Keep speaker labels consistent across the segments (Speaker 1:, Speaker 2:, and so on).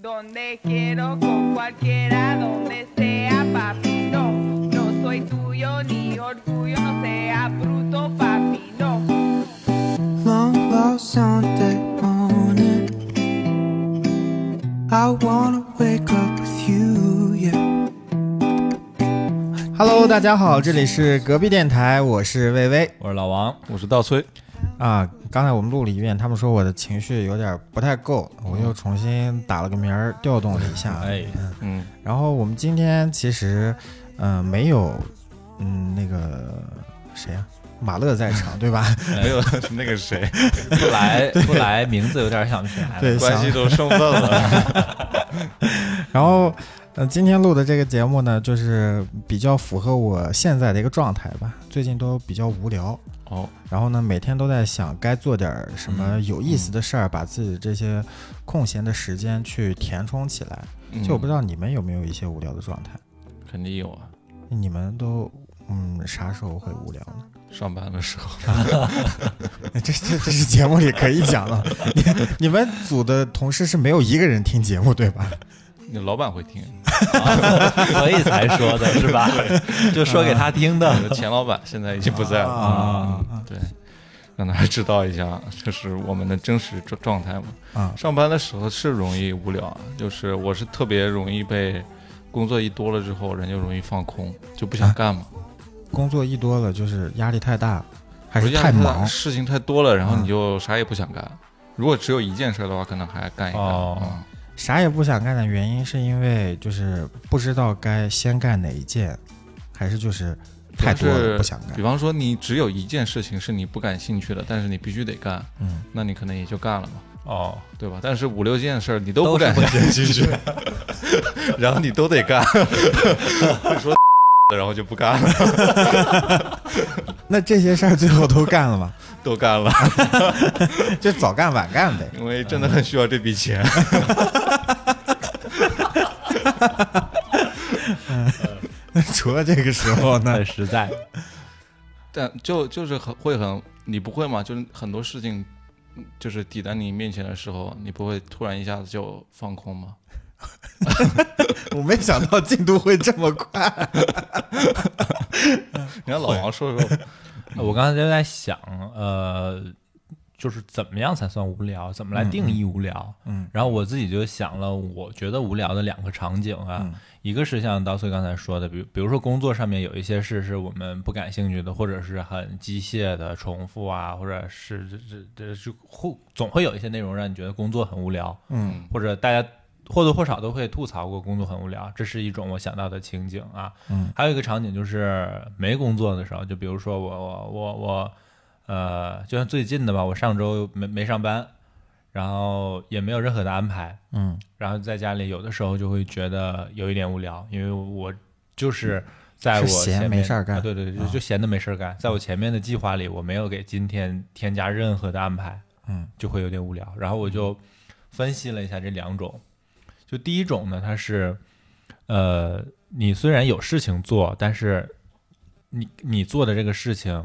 Speaker 1: Donde quiero con cualquiera, donde sea papi, no. No soy tuyo ni orgullo, no sea bruto papi, no.
Speaker 2: Long lost Sunday morning. I wanna wake up with you, yeah.
Speaker 3: Hello，大家好，这里是隔壁电台，我是魏巍
Speaker 4: 我是老王，我是倒崔。
Speaker 3: 啊。刚才我们录了一遍，他们说我的情绪有点不太够，我又重新打了个名儿，调动了一下。
Speaker 4: 哎，嗯，
Speaker 3: 然后我们今天其实，嗯、没有，嗯，那个谁呀、马乐在场，对吧？
Speaker 4: 没有
Speaker 5: 那个谁，
Speaker 4: 哎不来不来，名字有点想不起来了。
Speaker 3: 对，
Speaker 5: 关
Speaker 3: 想
Speaker 5: 系都生分了。
Speaker 3: 然后，呃，今天录的这个节目呢，就是比较符合我现在的一个状态吧。最近都比较无聊，
Speaker 4: 哦，
Speaker 3: 然后呢，每天都在想该做点儿什
Speaker 5: 嗯
Speaker 3: 么有意思的事儿，把自己这些空闲的时间去填充起来。
Speaker 5: 嗯
Speaker 3: 就我不知道你们有没有一些无聊的状态，
Speaker 4: 肯定有啊，
Speaker 3: 你们都。嗯，啥时候会无聊呢？
Speaker 5: 上班的时候，
Speaker 3: 这这这是节目里可以讲了。 你你们组的同事是没有一个人听节目对吧？
Speaker 5: 你老板会听，
Speaker 4: 所以才说的是 吧？就说给他听
Speaker 5: 我的
Speaker 4: 的。
Speaker 5: 前老板现在已经不在了
Speaker 3: 啊
Speaker 5: 嗯对，让大家知道一下，这是我们的真实状状态嘛。
Speaker 3: 啊
Speaker 5: 上班的时候是容易无聊啊，就是我是特别容易被工作一多了之后，人就容易放空，就
Speaker 3: 啊
Speaker 5: 不想干嘛，
Speaker 3: 工作一多了就是压力太大，还
Speaker 5: 不
Speaker 3: 是
Speaker 5: 是压
Speaker 3: 太
Speaker 5: 力
Speaker 3: 忙啊
Speaker 5: 大，事情太多了，然后你就啥也不想干。如果只有一件事的话，可能还干一干。
Speaker 4: 哦
Speaker 5: 嗯
Speaker 3: 啥也不想干的原因，是因为就是不知道该先干哪一件，还是就是太多
Speaker 5: 主要是
Speaker 3: 了不想干
Speaker 5: 比。方说，你只有一件事情是你不感兴趣的，但是你必须得干，
Speaker 3: 嗯，
Speaker 5: 那你可能也就干了嘛，
Speaker 4: 哦，
Speaker 5: 对吧？但是五六件事儿你都
Speaker 4: 都
Speaker 5: 不
Speaker 4: 是
Speaker 5: 感
Speaker 4: 不感
Speaker 5: 兴趣，然后你都得干，会说的，然后就不干了，
Speaker 3: 那这些事儿最后都干了吗？
Speaker 5: 都干了，
Speaker 3: 就早干晚干呗。
Speaker 5: 因为真的很需要这笔钱。
Speaker 3: 除了这个时
Speaker 5: 嗯哦
Speaker 3: 候呢
Speaker 4: 很，实在。
Speaker 5: 但就就是很会很，你不会嘛？就是很多事情，就是抵达你面前的时候，你不会突然一下子就放空吗？
Speaker 3: 我没想到进度会这么快。
Speaker 5: 你看老王说说，
Speaker 4: 我刚才就在想，呃，就是怎么样才算无聊？怎么来定义无聊？
Speaker 3: 嗯
Speaker 4: 然后我自己就想了，我觉得无聊的两个场景啊，一个是像刀碎刚才说的，比如比如说工作上面有一些事是我们不感兴趣的，或者是很机械的重复啊，或者是这这这就会总会有一些内容让你觉得工作很无聊，
Speaker 3: 嗯，
Speaker 4: 或者大家或多或少都会吐槽过工作很无聊，这是一种我想到的情景啊。
Speaker 3: 嗯，
Speaker 4: 还有一个场景就是没工作的时候，就比如说我我我我，呃，就像最近的吧，我上周没没上班，然后也没有任何的安排，
Speaker 3: 嗯，
Speaker 4: 然后在家里有的时候就会觉得有一点无聊，因为我就是。在我
Speaker 3: 嗯是闲
Speaker 4: 前面
Speaker 3: 没事儿干
Speaker 4: 啊对对，对就
Speaker 3: 啊
Speaker 4: 就闲的没事儿干。在我前面的计划里，我没有给今天添加任何的安排，
Speaker 3: 嗯，
Speaker 4: 就会有点无聊。然后我就分析了一下这两种，就第一种呢，它是，呃，你虽然有事情做，但是你你做的这个事情，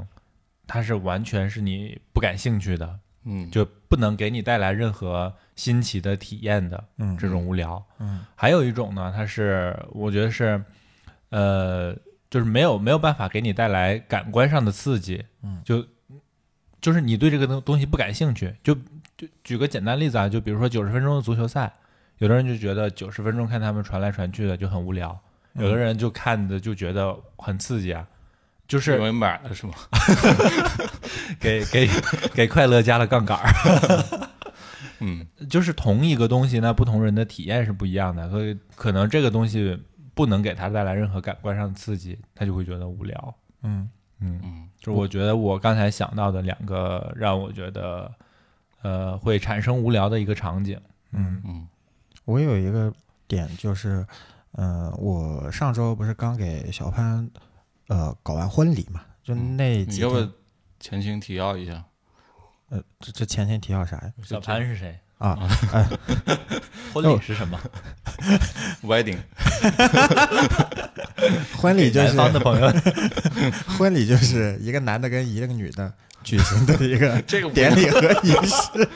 Speaker 4: 它是完全是你不感兴趣的，
Speaker 5: 嗯，
Speaker 4: 就不能给你带来任何新奇的体验的
Speaker 3: 嗯
Speaker 4: 这种无聊。
Speaker 3: 嗯，
Speaker 4: 还有一种呢，它是我觉得是，呃，就是没有没有办法给你带来感官上的刺激，
Speaker 3: 嗯，
Speaker 4: 就就是你对这个东东西不感兴趣。就就举个简单例子啊，就比如说九十分钟的足球赛，有的人就觉得九十分钟看他们传来传去的就很无聊，有
Speaker 3: 嗯
Speaker 4: 的人就看的就觉得很刺激啊。就是
Speaker 5: 因为买了是吗？
Speaker 4: 给给 给快乐加了杠杆儿，
Speaker 5: 嗯，
Speaker 4: 就是同一个东西，那不同人的体验是不一样的，所以可能这个东西不能给他带来任何感官上的刺激，他就会觉得无聊。
Speaker 3: 嗯
Speaker 4: 嗯，
Speaker 5: 嗯
Speaker 4: 就是我觉得我刚才想到的两个让我觉得呃会产生无聊的一个场景。
Speaker 3: 嗯，
Speaker 5: 嗯
Speaker 3: 我有一个点就是，呃，我上周不是刚给小潘，呃，搞完婚礼嘛，就
Speaker 5: 嗯
Speaker 3: 那
Speaker 5: 你
Speaker 3: 几
Speaker 5: 要不
Speaker 3: 天，
Speaker 5: 要前情提要一下？
Speaker 3: 呃，这这前天提到啥呀？
Speaker 4: 小潘是谁？
Speaker 3: 啊，
Speaker 4: 婚礼是 什么？
Speaker 5: wedding
Speaker 3: 婚礼就
Speaker 4: 南
Speaker 3: 是
Speaker 4: 方的朋友
Speaker 3: 婚礼就是一个男的跟一个女的举 行的一个
Speaker 5: 这个不
Speaker 3: 典礼和仪式。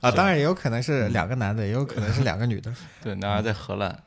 Speaker 3: 啊，当然也有可能是两个男的，也有可能是两个女的。
Speaker 5: 对，男孩在荷兰，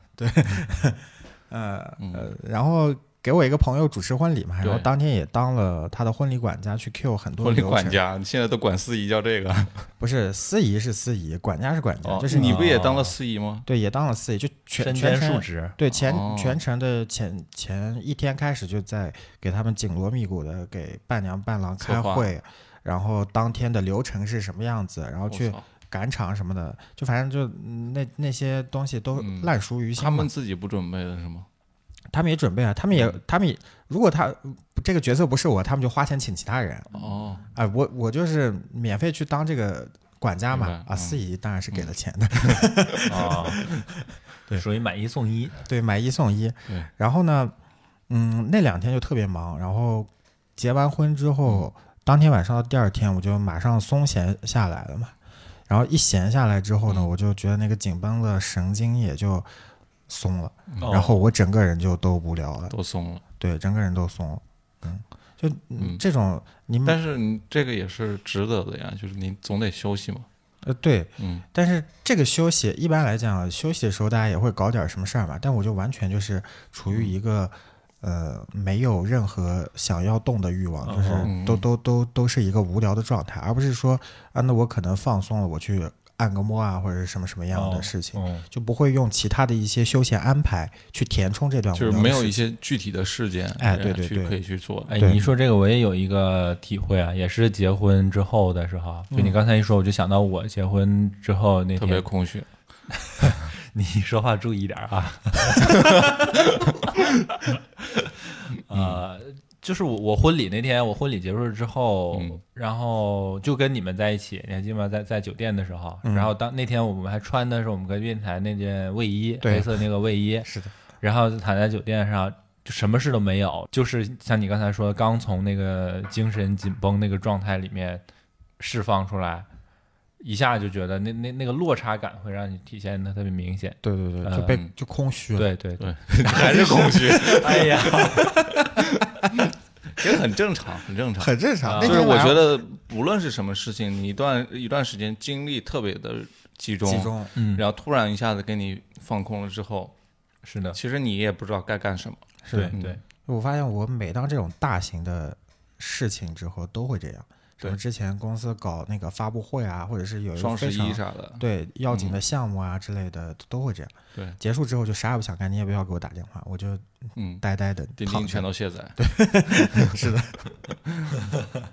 Speaker 3: 呃呃，然后给我一个朋友主持婚礼嘛，然后
Speaker 5: 对
Speaker 3: 当天也当了他的婚礼管家，去 Q 很多
Speaker 5: 婚礼
Speaker 3: 流程
Speaker 5: 管，家，现在都管司仪叫这个。
Speaker 3: 不是司仪是司仪，管家是管家，
Speaker 5: 哦，
Speaker 3: 就是
Speaker 5: 你
Speaker 4: 啊
Speaker 5: 不也当了司仪吗？
Speaker 3: 对也当了司仪，就 全
Speaker 4: 身
Speaker 3: 全
Speaker 4: 兼
Speaker 3: 程
Speaker 4: 数职，
Speaker 3: 对前
Speaker 5: 哦
Speaker 3: 全程的前前一天开始就在给他们紧锣密鼓的给伴娘伴郎开
Speaker 5: 策划
Speaker 3: 会，然后当天的流程是什么样子，然后
Speaker 5: 我
Speaker 3: 去
Speaker 5: 操
Speaker 3: 赶场什么的，就反正就嗯那那些东西都
Speaker 5: 嗯
Speaker 3: 烂熟于心嘛。
Speaker 5: 他们自嗯己不准备的是吗？
Speaker 3: 他们也准备啊，他们也他们也如果他这个角色不是我，他们就花钱请其他人。
Speaker 5: 哦，
Speaker 3: 哎、我我就是免费去当这个管家嘛
Speaker 5: 明白
Speaker 3: 啊，
Speaker 5: 嗯
Speaker 3: 司仪当然是给了钱的，
Speaker 4: 啊， 属于买一送一，
Speaker 3: 对，买一送一
Speaker 5: 对。
Speaker 3: 然后呢，嗯，那两天就特别忙，然后结完婚之后，
Speaker 5: 嗯
Speaker 3: 当天晚上到第二天我就马上松闲下来了嘛。然后一闲下来之后
Speaker 5: 嗯
Speaker 3: 呢，我就觉得那个紧绷的神经也就松了，
Speaker 5: 哦
Speaker 3: 然
Speaker 4: 哦
Speaker 3: 后我整个人就都无聊了，
Speaker 5: 都松了。
Speaker 3: 对，整个人都松了。嗯，就嗯
Speaker 5: 嗯
Speaker 3: 这种你们
Speaker 5: 但是你这个也是值得的呀，就是你总得休息嘛。
Speaker 3: 呃对，
Speaker 5: 嗯，
Speaker 3: 但是这个休息一般来讲，休息的时候大家也会搞点什么事儿嘛。但我就完全就是处于一个呃没有任何想要动的欲望，就是
Speaker 5: 嗯
Speaker 3: 都都都都是一个无聊的状态，而不是说啊，那我可能放松了，我去按个摩啊，或者是什么什么样的事情，
Speaker 4: 哦嗯
Speaker 3: 就不会用其他的一些休闲安排去填充这段无
Speaker 5: 就
Speaker 3: 聊
Speaker 5: 是
Speaker 3: 的
Speaker 5: 没有
Speaker 3: 事
Speaker 5: 一
Speaker 3: 情
Speaker 5: 些具体的事件，
Speaker 3: 哎对对
Speaker 5: 去
Speaker 3: 对
Speaker 5: 可以去做的。
Speaker 4: 哎，
Speaker 3: 对
Speaker 4: 你说这个我也有一个体会啊，也是结婚之后的时候，啊就你刚才一说，我就想到我结婚之后那
Speaker 5: 嗯特别
Speaker 4: 天，
Speaker 5: 空虚，
Speaker 4: 你说话注意点儿 啊。呃，就是我我婚礼那天，我婚礼结束之后，
Speaker 5: 嗯
Speaker 4: 然后就跟你们在一起，你还记得吗？在在酒店的时候，
Speaker 3: 嗯
Speaker 4: 然后当那天我们还穿的是我们隔壁电台那件卫衣，
Speaker 3: 对
Speaker 4: 黑色那个卫衣，
Speaker 3: 是的，
Speaker 4: 然后就躺在酒店上，就什么事都没有，就是像你刚才说，刚从那个精神紧绷那个状态里面释放出来，一下就觉得那那那个落差感会让你体现的特别明显。
Speaker 3: 对对对，就被、
Speaker 5: 嗯
Speaker 3: 就空虚了。
Speaker 4: 对对对，
Speaker 5: 对，还是空虚，
Speaker 4: 哎呀，
Speaker 5: 也很正常，很正常。
Speaker 3: 很正常，那
Speaker 5: 啊
Speaker 3: 啊
Speaker 5: 就是
Speaker 3: 天
Speaker 5: 我
Speaker 3: 晚上
Speaker 5: 觉得，不论是什么事情，你一段一段时间精力特别的集中，
Speaker 3: 集中，
Speaker 4: 嗯
Speaker 5: 然后突然一下子给你放空了之后，
Speaker 4: 是的，
Speaker 5: 其实你也不知道该干什么。嗯
Speaker 3: 是的
Speaker 4: 对对，
Speaker 3: 我发现我每当这种大型的事情之后都会这样，什么
Speaker 5: 对
Speaker 3: 之前公司搞那个发布会啊，或者是有一个
Speaker 5: 双
Speaker 3: 非
Speaker 5: 十
Speaker 3: 常
Speaker 5: 一嗯啥的，
Speaker 3: 对要紧的项目啊之类的都会这样。
Speaker 5: 对，
Speaker 3: 结束之后就啥也不想干，你也不要给我打电话，我就
Speaker 5: 嗯，
Speaker 3: 呆呆的
Speaker 5: 钉
Speaker 3: 躺
Speaker 5: 钉
Speaker 3: 着
Speaker 5: 全。都卸载。
Speaker 3: 是的。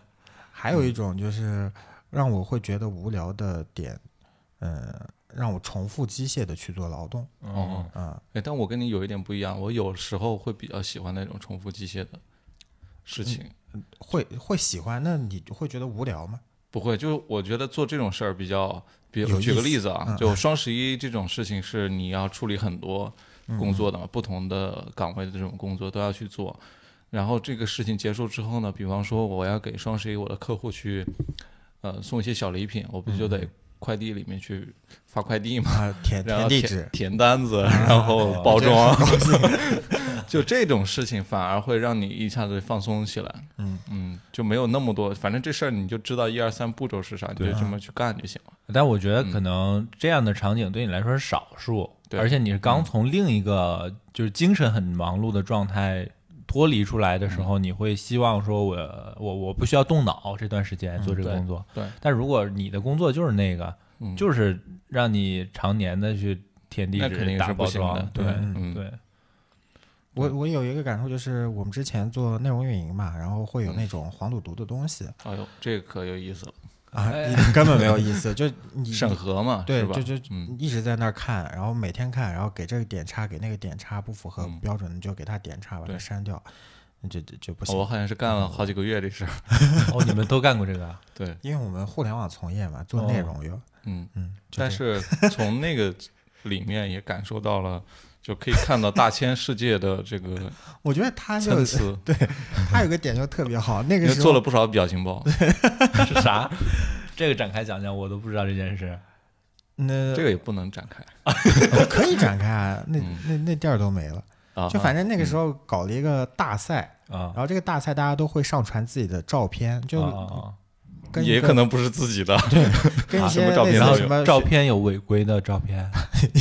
Speaker 3: 还有
Speaker 5: 嗯
Speaker 3: 一种就是让我会觉得无聊的点，呃，让我重复机械的去做劳动
Speaker 4: 哦，
Speaker 3: 啊、
Speaker 5: 哎，但我跟你有一点不一样，我有时候会比较喜欢那种重复机械的事情，
Speaker 3: 会会喜欢。那你会觉得无聊吗？
Speaker 5: 不会，就是我觉得做这种事儿比较，比
Speaker 3: 有
Speaker 5: 如举
Speaker 3: 意
Speaker 5: 个
Speaker 3: 思
Speaker 5: 例子啊，
Speaker 3: 嗯
Speaker 5: 就双十一这种事情是你要处理很多
Speaker 3: 嗯
Speaker 5: 工作的嘛，不同的岗位的这种工作都要去做。然后这个事情结束之后呢，比方说我要给双十一我的客户去，呃，送一些小礼品，我不
Speaker 3: 嗯
Speaker 5: 就得快递里面去发快递吗？
Speaker 3: 啊，填
Speaker 5: 然
Speaker 3: 填
Speaker 5: 后
Speaker 3: 地
Speaker 5: 填嗯
Speaker 3: 址，
Speaker 5: 填单子，然后包装，就这种事情反而会让你一下子放松起来。
Speaker 3: 嗯
Speaker 5: 嗯，就没有那么多，反正这事儿你就知道一二三步骤是啥，你就这么去干就行了。
Speaker 4: 但我觉得可能这样的场景对你来说是少数，
Speaker 5: 嗯对嗯
Speaker 4: 而且你是刚从另一个就是精神很忙碌的状态脱离出来的
Speaker 5: 嗯
Speaker 4: 时候，你会希望说我我我不需要动脑这段时间做这个
Speaker 5: 嗯对
Speaker 4: 工作。
Speaker 5: 对
Speaker 4: 但如果你的工作就是那个，
Speaker 5: 嗯
Speaker 4: 就是让你常年的去填地
Speaker 5: 那肯定
Speaker 4: 址、
Speaker 5: 是
Speaker 4: 打
Speaker 5: 不
Speaker 4: 包
Speaker 5: 行
Speaker 4: 装
Speaker 5: 的，
Speaker 4: 对
Speaker 5: 嗯
Speaker 4: 对，
Speaker 3: 我我有一个感受就是，我们之前做内容运营嘛，然后会
Speaker 5: 嗯
Speaker 3: 有那种黄赌毒的东西
Speaker 5: 哎呦，这个可有意思了，
Speaker 3: 啊，
Speaker 5: 哎
Speaker 3: 你 根本没有意思， 就你
Speaker 5: 审核嘛，
Speaker 3: 对
Speaker 5: 是，吧？
Speaker 3: 就就
Speaker 5: 嗯
Speaker 3: 一直在那儿看，然后每天看，然后给这个点叉，给那个点叉，不符合
Speaker 5: 嗯
Speaker 3: 标准你就给他点叉，把它
Speaker 5: 对
Speaker 3: 删掉，那就就就不
Speaker 5: 哦我
Speaker 3: 行。
Speaker 5: 好像是干了好几个月这事儿。
Speaker 4: 哦，你们都干过这个啊？
Speaker 5: 对，
Speaker 3: 因为我们互联网从业嘛，做内容有，
Speaker 5: 嗯，
Speaker 3: 嗯，就
Speaker 5: 但是从那个里面也感受到了，就可以看到大千世界的这个
Speaker 3: 我觉得他就
Speaker 5: 参差。
Speaker 3: 他有个点就特别好，那
Speaker 5: 因
Speaker 3: 个
Speaker 5: 为
Speaker 3: 时
Speaker 5: 做了
Speaker 3: 候
Speaker 5: 不少表情包，
Speaker 4: 是啥？ 这个展开讲讲，我都不知道这件事。
Speaker 3: 那
Speaker 5: 这个也不能展开
Speaker 3: 可以展开啊，那那那地儿都没了，
Speaker 5: 啊。
Speaker 3: 就反正那个时候搞了一个大赛，
Speaker 4: 啊
Speaker 3: 然后这个大赛大家都会上传自己的照片，就
Speaker 4: 啊啊！
Speaker 3: 跟一
Speaker 5: 也
Speaker 3: 个
Speaker 5: 可能不是自己的，
Speaker 3: 跟一
Speaker 5: 啊
Speaker 3: 些
Speaker 5: 什么照
Speaker 3: 类似
Speaker 5: 片都
Speaker 4: 然
Speaker 5: 有
Speaker 3: 什么
Speaker 4: 后照片有违规的照 片，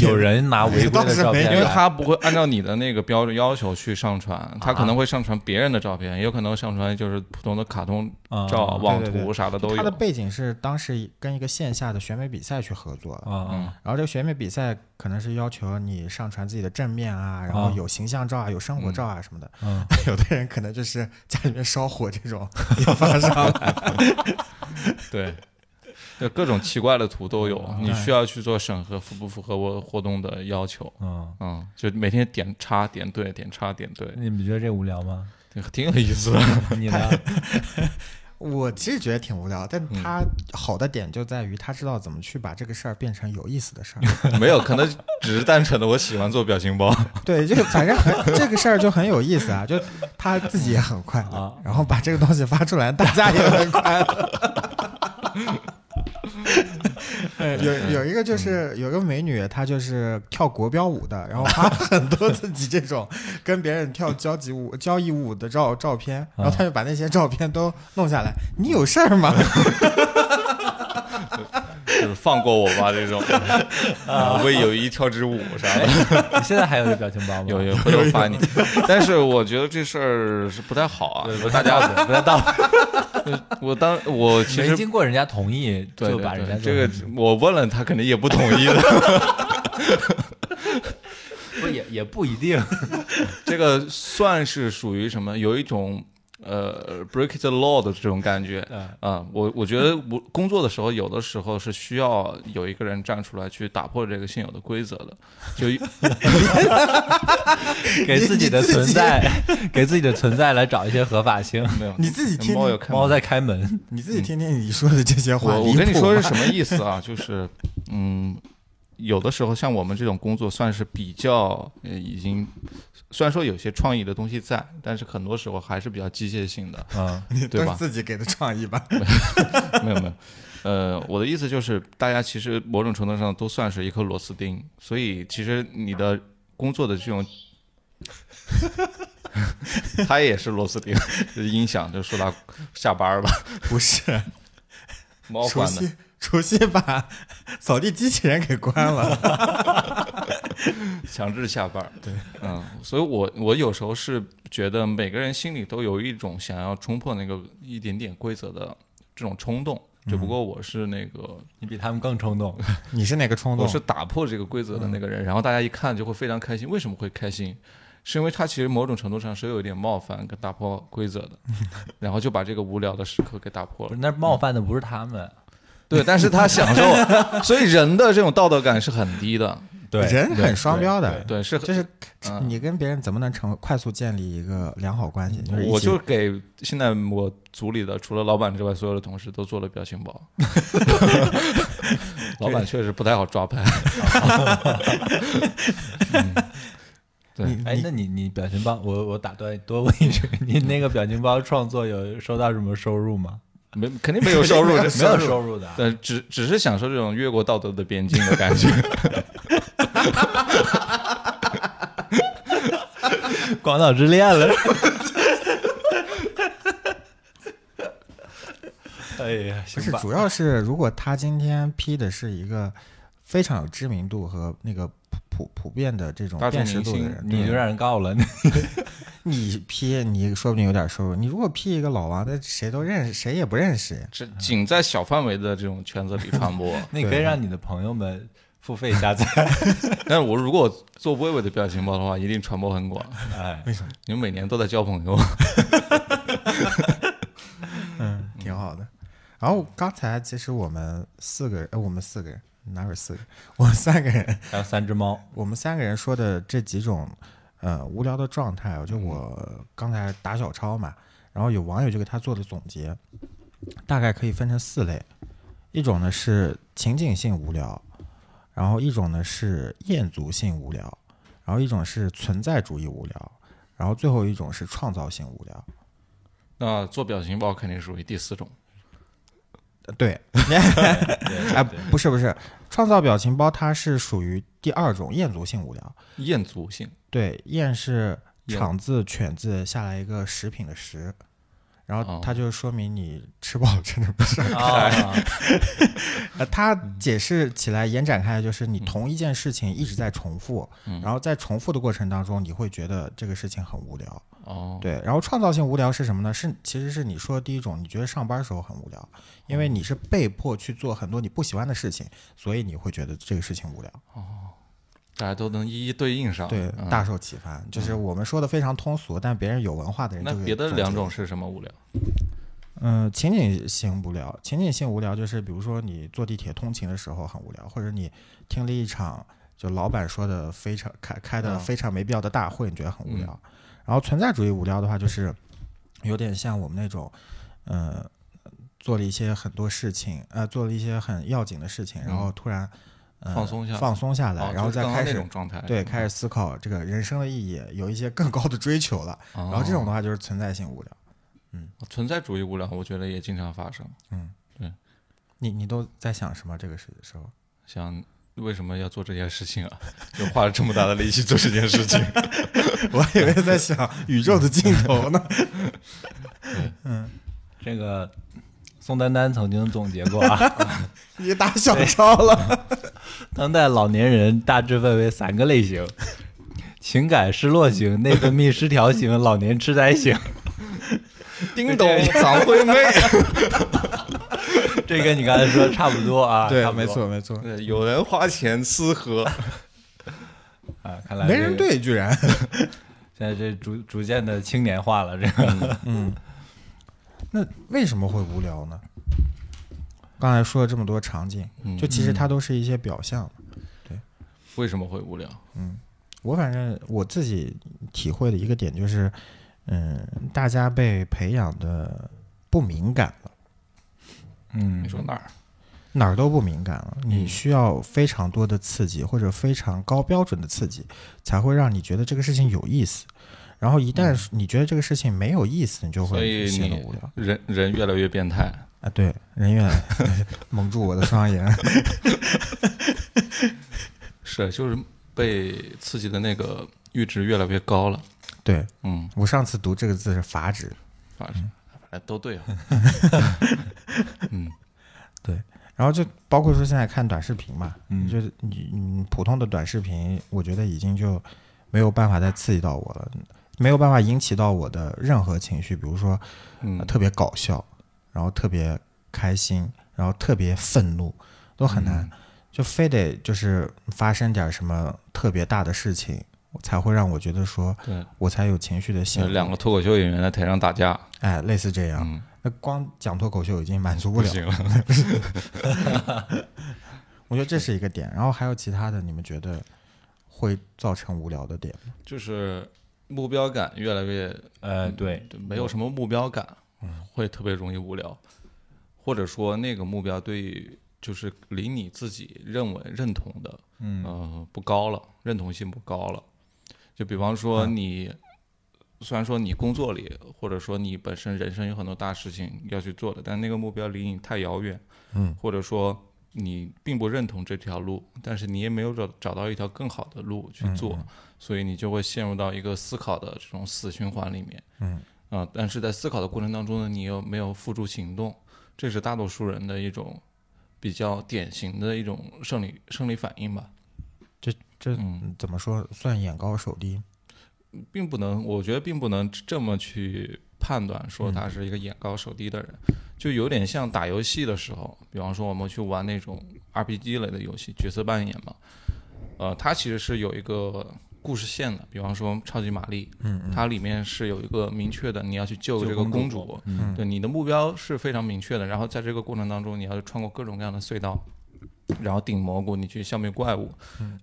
Speaker 4: 有人拿违规
Speaker 3: 倒
Speaker 4: 的
Speaker 3: 是
Speaker 4: 照
Speaker 3: 没有
Speaker 4: 片
Speaker 5: 因为
Speaker 4: 来，
Speaker 5: 他不会按照你的那个标准要求去上传，他
Speaker 3: 啊
Speaker 5: 可能会上传别人的照片，也有可能上传就是普通的卡通
Speaker 4: 啊
Speaker 5: 照、网
Speaker 3: 对对对
Speaker 5: 图啥的都
Speaker 3: 他的
Speaker 5: 有。
Speaker 3: 背景是当时跟一个线下的选美比赛去合作的，
Speaker 5: 嗯
Speaker 4: 啊
Speaker 3: 然后这个选美比赛可能是要求你上传自己的正面啊，然后
Speaker 4: 啊
Speaker 3: 有形象照啊，有生活照啊什么的。
Speaker 4: 嗯
Speaker 3: 有的人可能就是家里面烧火这种也发上 来。
Speaker 5: 对，对各种奇怪的图都
Speaker 3: 啊
Speaker 5: 有，你需要去做审核，符不符合我活动的要求。
Speaker 4: 嗯，
Speaker 5: 嗯，就每天点叉点对，点叉点对，
Speaker 4: 你们觉得这无聊吗？
Speaker 5: 挺
Speaker 3: 嗯
Speaker 5: 挺有意思的。
Speaker 4: 你呢？
Speaker 3: 我其实觉得挺无聊，但
Speaker 5: 嗯
Speaker 3: 他好的点就在于他知道怎么去把这个事儿变成有意思的事儿。
Speaker 5: 没有，可能只是单纯的我喜欢做表情包。
Speaker 3: 对，这个反正很这个事儿就很有意思啊，就他自己也很快乐
Speaker 4: 啊，
Speaker 3: 然后把这个东西发出来，大家也很快 乐。有有一个
Speaker 5: 嗯
Speaker 3: 就是有个美女，她就是跳国标舞的，然后发了很多自己这种跟别人跳交际舞、交谊舞的照照片，然后
Speaker 5: 啊
Speaker 3: 她就把那些照片都弄下来。你有事儿吗？
Speaker 5: 就是放过我吧这种，啊，为友谊跳支舞啥的，
Speaker 4: 你现在还啊有这表情包吗？
Speaker 5: 有有回头发你。 但是我觉得这事儿是不太好啊，
Speaker 4: 对，
Speaker 5: 大家
Speaker 4: 不要道理，
Speaker 5: 我当我其
Speaker 4: 没
Speaker 5: 实
Speaker 4: 经过人家同意
Speaker 5: 对
Speaker 4: 就
Speaker 5: 对
Speaker 4: 把人家
Speaker 5: 对这个我问了，他肯定也不同 意的。
Speaker 4: 不也也不一 定，
Speaker 5: 这个算是属于什么？有一种。呃，break the law 的这种感觉
Speaker 4: 嗯
Speaker 5: 啊、我我觉得我工作的时候，有的时候是需要有一个人站出来去打破这个现有的规则的，就
Speaker 4: 给自己的存在， 给自己的存在来找一些合法性。
Speaker 5: 没有
Speaker 3: 你自己听
Speaker 5: 猫有看吗
Speaker 4: 猫在开门，
Speaker 3: 你自己听听你说的这些话，
Speaker 5: 我我跟你说
Speaker 3: 离
Speaker 5: 是
Speaker 3: 谱吗
Speaker 5: 什么意思啊？就是嗯，有的时候像我们这种工作，算是比较呃已经，虽然说有些创意的东西在，但是很多时候还是比较机械性的，
Speaker 4: 嗯，
Speaker 3: 都
Speaker 5: 对
Speaker 3: 是
Speaker 5: 吧？
Speaker 3: 自己给的创意吧。
Speaker 5: 没有没有，呃，我的意思就是，大家其实某种程度上都算是一颗螺丝钉，所以其实你的工作的这 种。他也是螺丝钉，就是音响就说他下班儿吧，
Speaker 3: 不是，
Speaker 5: 猫
Speaker 3: 除
Speaker 5: 关的。
Speaker 3: 夕 除夕把 扫地机器人给关了。
Speaker 5: 强制下班。对，嗯，所以我我有时候是觉得每个人心里都有一种想要冲破那个一点点规则的这种冲动，只不过我是那个、
Speaker 4: 你比他们更冲动。
Speaker 3: 你是哪个冲
Speaker 5: 我是打破这个规则的那个人，然后大家一看就会非常开心。为什么会开心？是因为他其实某种程度上是有一点冒犯跟打破规则的，然后就把这个无聊的时刻给打破
Speaker 4: 不是，。
Speaker 5: 了
Speaker 4: 那冒犯的不是他们，
Speaker 5: 对，但是他享受，所以人的这种道德感是很低的。
Speaker 4: 对
Speaker 3: 人很双标的，
Speaker 5: 对，是很
Speaker 3: 就是
Speaker 5: 嗯
Speaker 3: 你跟别人怎么能成快速建立一个良好关系？就是一
Speaker 5: 我
Speaker 3: 起
Speaker 5: 就给现在我组里的除了老板之外所有的同事都做了表情 包。老板确实不太好抓拍，对
Speaker 3: 你
Speaker 4: 哎，
Speaker 3: 你
Speaker 4: 那你你表情包，我我打断多问一句，你那个表情包创作有收到什么收入吗？
Speaker 5: 没肯 定没有收入，这
Speaker 4: 没有收。入的啊，
Speaker 5: 对，只只是享受这种越过道德的边境的感觉。
Speaker 4: 《广岛之恋》了。哎呀，
Speaker 3: 不
Speaker 4: 行
Speaker 3: 是，
Speaker 4: 吧，
Speaker 3: 主要是如果他今天批的是一个非常有知名度和那个普普普遍的这种
Speaker 5: 大众
Speaker 3: 辨识度的
Speaker 5: 明星
Speaker 3: 人，
Speaker 4: 你就让人告了。
Speaker 3: 你批你说不定有点收入。你如果批一个老王，那谁都认识，谁也不认识呀。
Speaker 5: 只仅在小范围的这种圈子里传播。
Speaker 4: 那你可以让你的朋友们付费下载。
Speaker 5: 但是我如果做微微的表情包的话，一定传播很广。
Speaker 4: 哎，
Speaker 5: 你们每年都在交朋友，
Speaker 3: 嗯，挺好的。然后刚才其实我们四个人，呃我们四个人哪有四个人？ 我们三个人，
Speaker 4: 还有三只猫，
Speaker 3: 我们三个人说的这几种，呃，无聊的状态，就我刚才打小抄嘛，然后有网友就给他做了总结，大概可以分成四类，一种呢是情景性无聊，然后一种呢是厌足性无聊，然后一种是存在主义无聊，然后最后一种是创造性无聊。
Speaker 5: 那做表情包肯定属于第四种。
Speaker 3: 呃 对，
Speaker 4: 对
Speaker 3: 哎，不是不是，创造表情包它是属于第二种厌足性无聊。
Speaker 5: 厌足性，
Speaker 3: 对，厌是
Speaker 5: 厌
Speaker 3: 厂字犬字下来一个食品的食，然后
Speaker 5: 哦
Speaker 3: 它就说明你吃饱了撑的 不是。
Speaker 4: 啊，
Speaker 3: 呃，它
Speaker 5: 嗯
Speaker 3: 解释起来延展开来就是你同一件事情一直在重复，
Speaker 5: 嗯
Speaker 3: 然后在重复的过程当中，你会觉得这个事情很无聊。
Speaker 5: 哦，
Speaker 3: 对，然后创造性无聊是什么呢？是其实是你说的第一种，你觉得上班时候很无聊，因
Speaker 5: 嗯
Speaker 3: 为你是被迫去做很多你不喜欢的事情，所以你会觉得这个事情无聊。
Speaker 5: 大家都能一一对应上。
Speaker 3: 对，
Speaker 5: 嗯
Speaker 3: 大受启发。就是我们说的非常通俗，但别人有文化的人
Speaker 5: 那
Speaker 3: 就给
Speaker 5: 别的
Speaker 3: 总
Speaker 5: 两
Speaker 3: 结
Speaker 5: 种是什么无聊？
Speaker 3: 嗯，情景性无聊，情景性无聊就是比如说你坐地铁通勤的时候很无聊，或者你听了一场就老板说的非常开开的
Speaker 5: 嗯
Speaker 3: 非常没必要的大会，你觉得很无聊。然后存在主义无聊的话，就是有点像我们那种，呃，做了一些很多事情，呃，做了一些很要紧的事情，然后突然、呃、
Speaker 5: 嗯放松下来
Speaker 3: 放松下来，
Speaker 5: 哦
Speaker 3: 然后
Speaker 5: 就是
Speaker 3: 再
Speaker 5: 刚刚
Speaker 3: 开
Speaker 5: 那
Speaker 3: 始
Speaker 5: 种状态，
Speaker 3: 对，开始思考这个人生的意义，有一些更高的追求了。
Speaker 5: 哦。
Speaker 3: 然后这种的话就是存在性无聊。
Speaker 5: 存在主义无聊，我觉得也经常发生。
Speaker 3: 你你都在想什么？这个时时候？
Speaker 5: 想为什么要做这件事情啊？就花了这么大的力气做这件事情，
Speaker 3: 我还以为在想宇宙的尽头呢。
Speaker 4: 这个宋丹丹曾经总结过啊，
Speaker 3: 你打小抄了，
Speaker 4: 当代老年人大致分为三个类型：情感失落型、内分泌失调型、老年痴呆型。
Speaker 5: 叮咚，长灰妹。
Speaker 4: 这跟你刚才说的差不多啊，
Speaker 3: 对
Speaker 4: 差，不多
Speaker 3: 没错没错，
Speaker 5: 对有人花钱吃喝，
Speaker 4: 啊，看来
Speaker 3: 没
Speaker 4: 这
Speaker 3: 人
Speaker 4: 个
Speaker 3: 对，居然。
Speaker 4: 现在这逐逐渐的青年化了，这个
Speaker 3: 那为什么会无聊呢？刚才说了这么多场景，
Speaker 4: 嗯
Speaker 3: 就其实它都是一些表象。
Speaker 5: 为什么会无聊？
Speaker 3: 我反正我自己体会的一个点就是，嗯，大家被培养的不敏感了，
Speaker 4: 嗯
Speaker 5: 你，说哪儿？
Speaker 3: 哪儿都不敏感了。你
Speaker 5: 嗯
Speaker 3: 需要非常多的刺激或者非常高标准的刺激，才会让你觉得这个事情有意思。然后一旦你觉得这个事情没有意思，你就
Speaker 5: 嗯所
Speaker 3: 会
Speaker 5: 以
Speaker 3: 显得
Speaker 5: 你
Speaker 3: 无聊。
Speaker 5: 人人越来越变态。
Speaker 3: 啊，对，人 越蒙住我的双眼。
Speaker 5: 是，就是被刺激的那个阈值越来越高了。
Speaker 3: 对
Speaker 5: 嗯，
Speaker 3: 我上次读这个字是阀值，
Speaker 5: 反正反正都对啊。嗯，
Speaker 3: 然后就包括说现在看短视频嘛，
Speaker 4: 嗯
Speaker 3: 就是你你普通的短视频，我觉得已经就没有办法再刺激到我了，没有办法引起到我的任何情绪，比如说、
Speaker 5: 嗯
Speaker 3: 呃特别搞笑，然后特别开心，然后特别愤怒，都很
Speaker 5: 嗯
Speaker 3: 难，就非得就是发生点什么特别大的事情，才会让我觉得说
Speaker 5: 对，
Speaker 3: 我才有情绪的
Speaker 5: 就
Speaker 3: 性
Speaker 5: 是。两个脱口秀演员在台上打架，
Speaker 3: 哎，类似这样。
Speaker 5: 嗯，
Speaker 3: 那光讲脱口秀已经满足不
Speaker 5: 不
Speaker 3: 了，
Speaker 5: 行了。
Speaker 3: 我觉得这是一个点。然后还有其他的，你们觉得会造成无聊的点吗？
Speaker 5: 就是目标感越来越
Speaker 4: 呃，对，
Speaker 5: 对没有嗯什么目标感，会特别容易无聊，或者说那个目标对于就是离你自己认为认同的，嗯、不高了，认同性不高了。就比方说你，虽然说你工作里或者说你本身人生有很多大事情要去做的，但那个目标离你太遥远，嗯，或者说你并不认同这条路，但是你也没有找找到一条更好的路去做，所以你就会陷入到一个思考的这种死循环里面。
Speaker 3: 嗯，
Speaker 5: 啊、但是在思考的过程当中呢，你又没有付诸行动，这是大多数人的一种比较典型的一种生理生理反应吧。
Speaker 3: 这这
Speaker 5: 嗯
Speaker 3: 怎么说算眼高手低？
Speaker 5: 并不能，我觉得并不能这么去判断说
Speaker 3: 嗯
Speaker 5: 他是一个眼高手低的人，就有点像打游戏的时候，比方说我们去玩那种 RPG 类的游戏，角色扮演嘛，呃，它其实是有一个故事线的，比方说超级玛丽，
Speaker 3: 嗯嗯
Speaker 5: 它里面是有一个明确的，你要去救
Speaker 4: 救
Speaker 5: 这个
Speaker 4: 公
Speaker 5: 公
Speaker 4: 主
Speaker 5: 主，
Speaker 4: 嗯
Speaker 5: 对，你的目标是非常明确的，然后在这个过程当中，你要穿过各种各样的隧道，然后顶蘑菇，你去消灭怪物。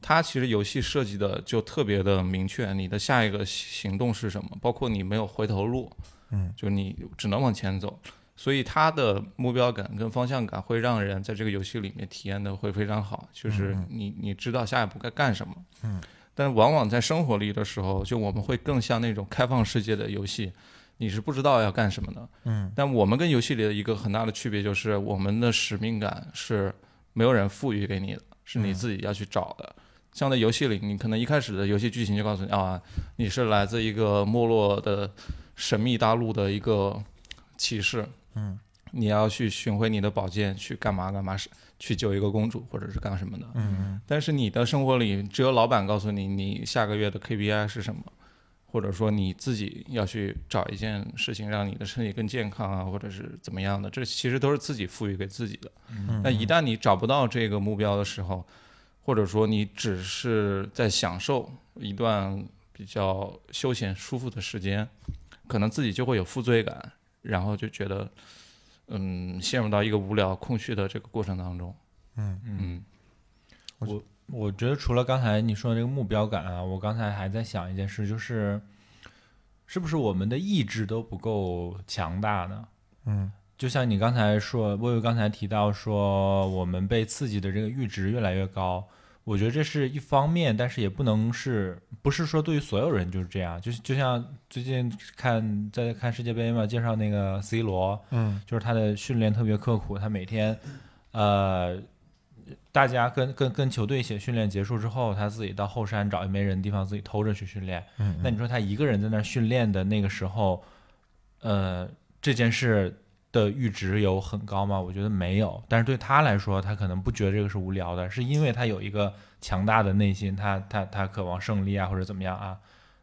Speaker 5: 它其实游戏设计的就特别的明确，你的下一个行动是什么，包括你没有回头路，
Speaker 3: 嗯，
Speaker 5: 就你只能往前走。所以它的目标感跟方向感会让人在这个游戏里面体验的会非常好，就是你你知道下一步该干什么。嗯，但往往在生活里的时候，就我们会更像那种开放世界的游戏，你是不知道要干什么的。
Speaker 3: 嗯，
Speaker 5: 但我们跟游戏里的一个很大的区别就是，我们的使命感是没有人赋予给你的，是
Speaker 3: 嗯
Speaker 5: 你自己要去找的。像在游戏里，你可能一开始的游戏剧情就告诉你啊，你是来自一个没落的神秘大陆的一个启示，
Speaker 3: 嗯，
Speaker 5: 你要去寻回你的宝剑，去干嘛干嘛，是去救一个公主或者是干什么的。
Speaker 3: 嗯
Speaker 5: 但是你的生活里，只有老板告诉你你下个月的 KPI 是什么，或者说你自己要去找一件事情让你的身体更健康啊，或者是怎么样的，这其实都是自己赋予给自己的。
Speaker 3: 嗯，
Speaker 5: 那一旦你找不到这个目标的时候，或者说你只是在享受一段比较休闲舒服的时间，可能自己就会有负罪感，然后就觉得，嗯，陷入到一个无聊空虚的这个过程当中。
Speaker 3: 嗯
Speaker 5: 嗯
Speaker 4: 我觉得除了刚才你说的这个目标感啊，我刚才还在想一件事，就是是不是我们的意志都不够强大呢？
Speaker 3: 嗯
Speaker 4: 就像你刚才说，我有刚才提到说，我们被刺激的这个阈值越来越高，我觉得这是一方面，但是也不能是不是说对于所有人就是这样，就是就像最近看在看世界杯嘛，介绍那个 C 罗，
Speaker 3: 嗯
Speaker 4: 就是他的训练特别刻苦，他每天，呃，大家跟跟跟球队一起训练结束之后，他自己到后山找一没人的地方自己偷着去训练。
Speaker 3: 嗯，
Speaker 4: 那你说他一个人在那儿训练的那个时候，呃，这件事的阈值有很高吗？我觉得没有。但是对他来说，他可能不觉得这个是无聊的，是因为他有一个强大的内心，他他他渴望胜利啊，或者怎么样啊。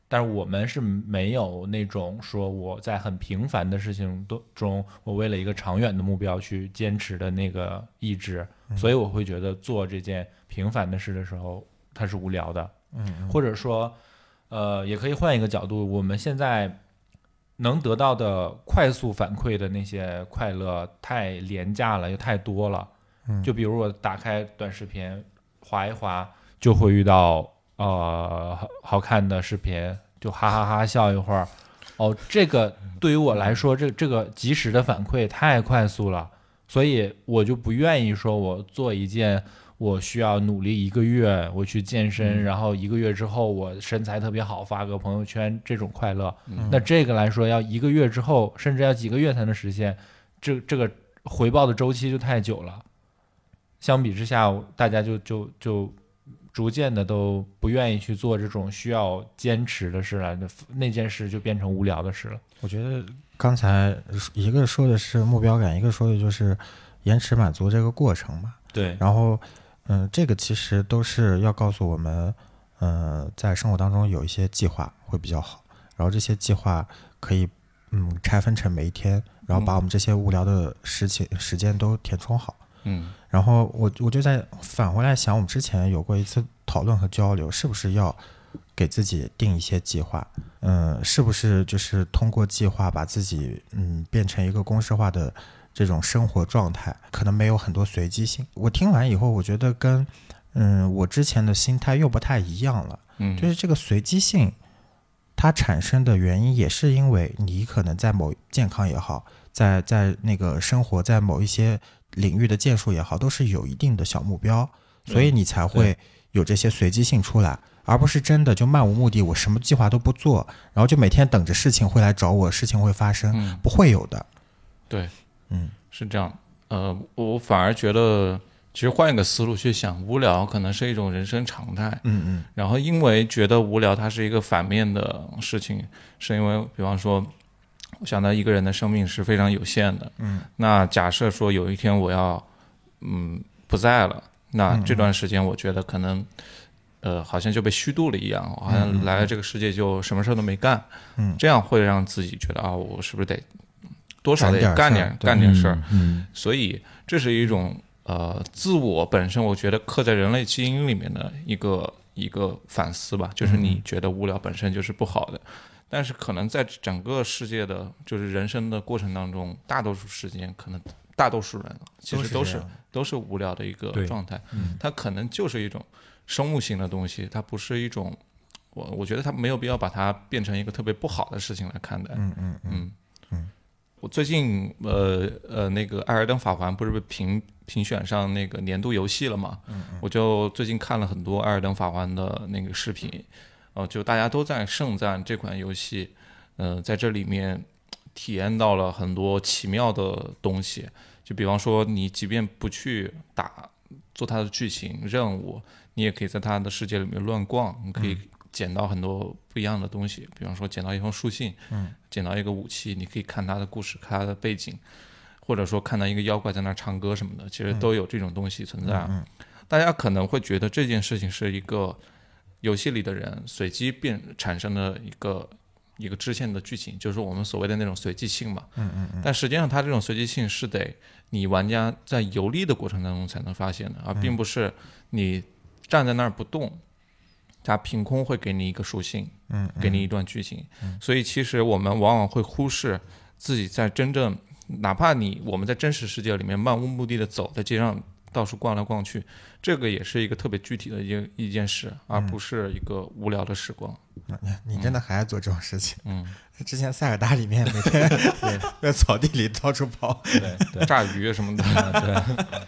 Speaker 4: 但是我们是没有那种说我在很平凡的事情都中，我为了一个长远的目标去坚持的那个意志，
Speaker 3: 嗯
Speaker 4: 所以我会觉得做这件平凡的事的时候，它是无聊的。
Speaker 3: 嗯
Speaker 4: 或者说，呃，也可以换一个角度，我们现在能得到的快速反馈的那些快乐太廉价了，又太多了。
Speaker 3: 嗯
Speaker 4: 就比如我打开短视频，划一划，就会遇到呃好好看的视频，就哈哈哈笑一会儿。哦，这个对于我来说，这这个及时的反馈太快速了，所以我就不愿意说我做一件我需要努力一个月，我去健身，然后一个月之后我身材特别好，发个朋友圈这种快乐。
Speaker 5: 嗯
Speaker 4: 那这个来说，要一个月之后，甚至要几个月才能实现，这这个回报的周期就太久了。相比之下，大家就就就逐渐的都不愿意去做这种需要坚持的事了，那那件事就变成无聊的事了。
Speaker 3: 我觉得刚才一个说的是目标感，一个说的就是延迟满足这个过程嘛。
Speaker 4: 对，
Speaker 3: 然后，嗯、这个其实都是要告诉我们，嗯、在生活当中有一些计划会比较好。然后这些计划可以，嗯，拆分成每一天，然后把我们这些无聊的事情时间都填充好。
Speaker 5: 嗯
Speaker 3: 然后我我就在返回来想，我们之前有过一次讨论和交流，是不是要给自己定一些计划？嗯，是不是就是通过计划把自己嗯变成一个公式化的这种生活状态？可能没有很多随机性。我听完以后，我觉得跟嗯我之前的心态又不太一样了，
Speaker 5: 嗯，
Speaker 3: 就是这个随机性。它产生的原因也是因为你可能在某健康也好，在在那个生活在某一些领域的建树也好，都是有一定的小目标，所
Speaker 5: 嗯
Speaker 3: 以你才会有这些随机性出来，而不是真的就漫无目的，我什么计划都不做，然后就每天等着事情会来找我，事情会发生，
Speaker 5: 嗯
Speaker 3: 不会有的。
Speaker 5: 对，
Speaker 3: 嗯，
Speaker 5: 是这样。呃，我我反而觉得，其实换一个思路去想，无聊可能是一种人生常态。
Speaker 3: 嗯嗯
Speaker 5: 然后因为觉得无聊，它是一个反面的事情，是因为比方说，我想到一个人的生命是非常有限的，
Speaker 3: 嗯，
Speaker 5: 那假设说有一天我要，嗯，不在了，那
Speaker 3: 嗯
Speaker 5: 这段时间我觉得可能，呃，好像就被虚度了一样，我好像来了这个世界就什么事儿都没干，
Speaker 3: 嗯
Speaker 5: 这样会让自己觉得啊，我是不是得多少得
Speaker 3: 干
Speaker 5: 干
Speaker 3: 点事儿
Speaker 5: 点
Speaker 3: 对
Speaker 5: 干点事儿？
Speaker 4: 嗯，
Speaker 5: 所以这是一种呃自我本身，我觉得刻在人类基因里面的一个一个反思吧，就是你觉得无聊本身就是不好的，但是可能在整个世界的就是人生的过程当中，大多数时间可能大多数人啊其实都
Speaker 3: 都是这
Speaker 5: 是
Speaker 3: 样
Speaker 5: 都是无聊的一个
Speaker 4: 对
Speaker 5: 状态
Speaker 4: 嗯，
Speaker 5: 它可能就是一种生物性的东西，它不是一种。我我觉得它没有必要把它变成一个特别不好的事情来看待，
Speaker 3: 嗯嗯嗯
Speaker 5: 嗯
Speaker 3: 嗯，
Speaker 5: 我最近呃呃那个《艾尔登法环》不是被评评选上那个年度游戏了嘛？嗯我就最近看了很多《艾尔登法环》的那个视频，呃，就大家都在盛赞这款游戏，呃，在这里面体验到了很多奇妙的东西，就比方说你即便不去打做它的剧情任务，你也可以在它的世界里面乱逛，你可以捡到很多不一样的东西，比方说捡到一封书信，
Speaker 3: 嗯，
Speaker 5: 捡到一个武器，你可以看它的故事、看它的背景，或者说看到一个妖怪在那儿唱歌什么的，其实都有这种东西存在。啊
Speaker 3: 嗯
Speaker 5: 大家可能会觉得这件事情是一个游戏里的人随机变产生的一个一个支线的剧情，就是我们所谓的那种随机性嘛。
Speaker 3: 嗯嗯嗯
Speaker 5: 但实际上，它这种随机性是得你玩家在游历的过程当中才能发现的，而
Speaker 3: 嗯
Speaker 5: 并不是你站在那儿不动，它凭空会给你一个属性，
Speaker 3: 嗯嗯，
Speaker 5: 给你一段剧情。所以，其实我们往往会忽视自己在真正，哪怕你我们在真实世界里面漫无目的的走在街上到处逛来逛去，这个也是一个特别具体的一个一件事，而不是一个无聊的时光。
Speaker 3: 嗯你真的还爱做这种事情？
Speaker 5: 嗯，
Speaker 3: 之前塞尔达里面每 天 在草地里到处跑，
Speaker 4: 对对。
Speaker 5: 炸鱼什么的。
Speaker 4: 啊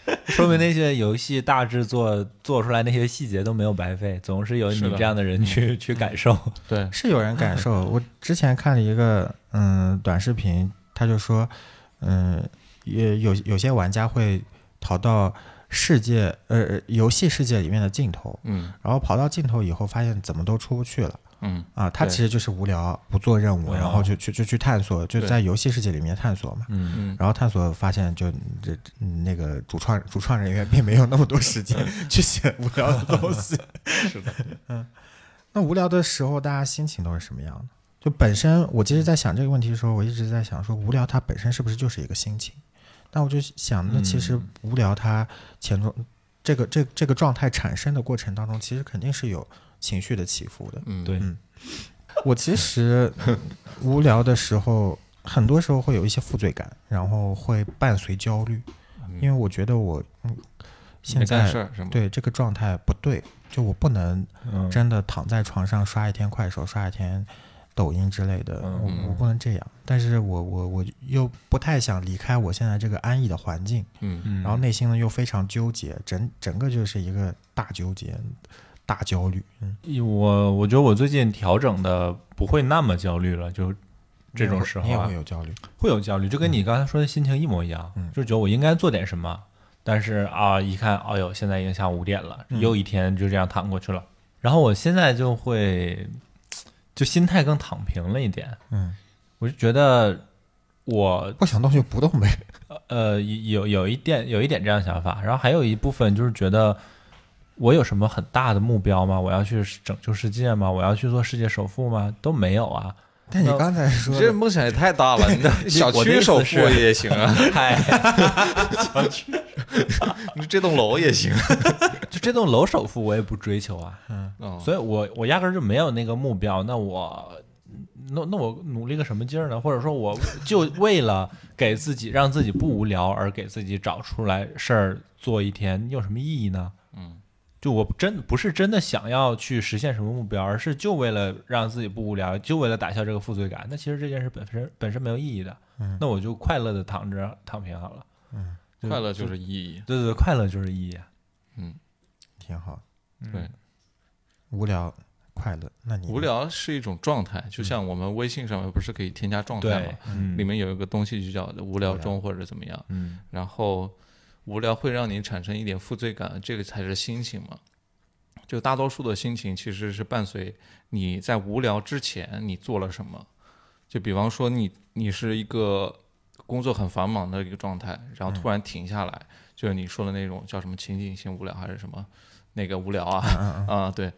Speaker 4: 对， 说明那些游戏大制作做出来那些细节都没有白费，总是有你
Speaker 5: 是的
Speaker 4: 这样的嗯人去去感受。
Speaker 5: 对，
Speaker 3: 是有人感受。我之前看了一个嗯短视频，他就说，嗯，也有有些玩家会逃到世界呃游戏世界里面的尽头，
Speaker 5: 嗯
Speaker 3: 然后跑到尽头以后，发现怎么都出不去了。
Speaker 5: 嗯。
Speaker 3: 啊，他
Speaker 5: 对哦
Speaker 3: 其实就是无聊，不做任务，
Speaker 4: 无聊
Speaker 3: 然后就去就去探索，就
Speaker 5: 对
Speaker 3: 在游戏世界里面探索嘛。
Speaker 4: 嗯，
Speaker 5: 嗯
Speaker 3: 然后探索发现就，这嗯那个主创主创人员并没有那么多时间 去写无聊的东西。 嗯
Speaker 5: 是的，
Speaker 3: 那无聊的时候，大家心情都是什么样的？就本身，我其实，在想这个问题的时候，我一直在想说，无聊它本身是不是就是一个心情？那我就想，那其
Speaker 5: 嗯
Speaker 3: 实无聊它前中、这个这这个状态产生的过程当中，其实肯定是有情绪的起伏的。
Speaker 5: 嗯，
Speaker 4: 对，
Speaker 3: 我其 实无聊的时候，很多时候会有一些负罪感，然后会伴随焦虑，因为我觉得我嗯现
Speaker 5: 没干
Speaker 3: 在
Speaker 5: 事儿是吗？，
Speaker 3: 对这个状态不对，就我不能
Speaker 4: 嗯
Speaker 3: 真的躺在床上刷一天快手，刷一天抖音之类的，
Speaker 4: 嗯
Speaker 3: 我我不能这样。但是我我我又不太想离开我现在这个安逸的环境，
Speaker 5: 嗯，
Speaker 4: 嗯
Speaker 3: 然后内心呢又非常纠结，整整个就是一个大纠结，大焦虑。嗯，
Speaker 4: 我我觉得我最近调整的不会那么焦虑了，就这种时候、啊、
Speaker 3: 你也会有焦虑。
Speaker 4: 会有焦虑，就跟你刚才说的心情一模一样，
Speaker 3: 嗯
Speaker 4: 就觉得我应该做点什么，但是啊，一看，哎呦，现在已经下午五点了，
Speaker 3: 嗯
Speaker 4: 又一天就这样躺过去了。然后我现在就会，就心态更躺平了一点，
Speaker 3: 嗯，
Speaker 4: 我就觉得我
Speaker 3: 不想动就不动呗。
Speaker 4: 呃有有一点有一点这样想法，然后还有一部分就是觉得我有什么很大的目标吗？我要去拯救世界吗？我要去做世界首富吗？都没有啊。
Speaker 3: 但你刚才说
Speaker 5: 你
Speaker 3: 的
Speaker 5: 这梦想也太大了， 你的小
Speaker 4: 我的意
Speaker 5: 区
Speaker 4: 思
Speaker 5: 首付
Speaker 4: 是
Speaker 5: 也行啊，
Speaker 4: 嗨，
Speaker 5: 你这栋楼也行。 啊
Speaker 4: 就这栋楼首富我也不追求啊。
Speaker 5: 哦，
Speaker 4: 所以我我压根儿就没有那个目标，那我那那我努力个什么劲儿呢？或者说，我就为了给自己让自己不无聊而给自己找出来事儿做一天，有什么意义呢？
Speaker 5: 嗯，
Speaker 4: 就我真不是真的想要去实现什么目标，而是就为了让自己不无聊，就为了打消这个负罪感。那其实这件事本身本身没有意义的，
Speaker 3: 嗯
Speaker 4: 那我就快乐的躺着躺平好了。
Speaker 3: 嗯，
Speaker 5: 快乐就是意义。
Speaker 4: 对对对，快乐就是意义啊。
Speaker 3: 挺好，
Speaker 4: 嗯
Speaker 5: 对，
Speaker 3: 无聊快乐。那你
Speaker 5: 无聊是一种状态，就像我们微信上面不是可以添加状态
Speaker 4: 对
Speaker 5: 吗？，
Speaker 4: 嗯
Speaker 5: 里面有一个东西就叫无聊中或者怎么样，
Speaker 4: 嗯
Speaker 5: 然后无聊会让你产生一点负罪感，这个才是心情嘛。就大多数的心情其实是伴随你在无聊之前你做了什么。就比方说你你是一个工作很繁忙的一个状态，然后突然停下来，就是你说的那种叫什么情景性无聊还是什么那个无聊啊 啊、对，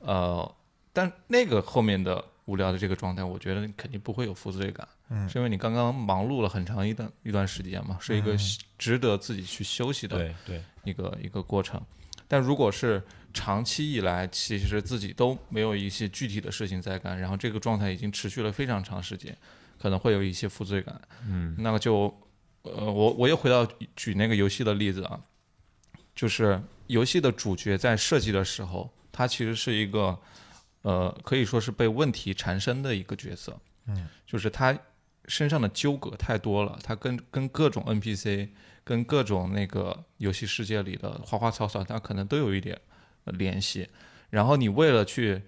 Speaker 5: 呃，但那个后面的无聊的这个状态，我觉得你肯定不会有负罪感，
Speaker 3: 嗯
Speaker 5: 是因为你刚刚忙碌了很长一段一段时间嘛，是一个值得自己去休息的
Speaker 4: 对对，
Speaker 5: 一个一个过程。但如果是长期以来，其实自己都没有一些具体的事情在干，然后这个状态已经持续了非常长时间，可能会有一些负罪感。
Speaker 4: 嗯
Speaker 5: 那个就，呃，我我又回到举那个游戏的例子啊，就是游戏的主角在设计的时候，他其实是一个，呃，可以说是被问题缠身的一个角色，
Speaker 3: 嗯，
Speaker 5: 就是他身上的纠葛太多了，他跟跟各种 NPC，跟各种那个游戏世界里的花花草草，他可能都有一点呃联系。然后你为了去，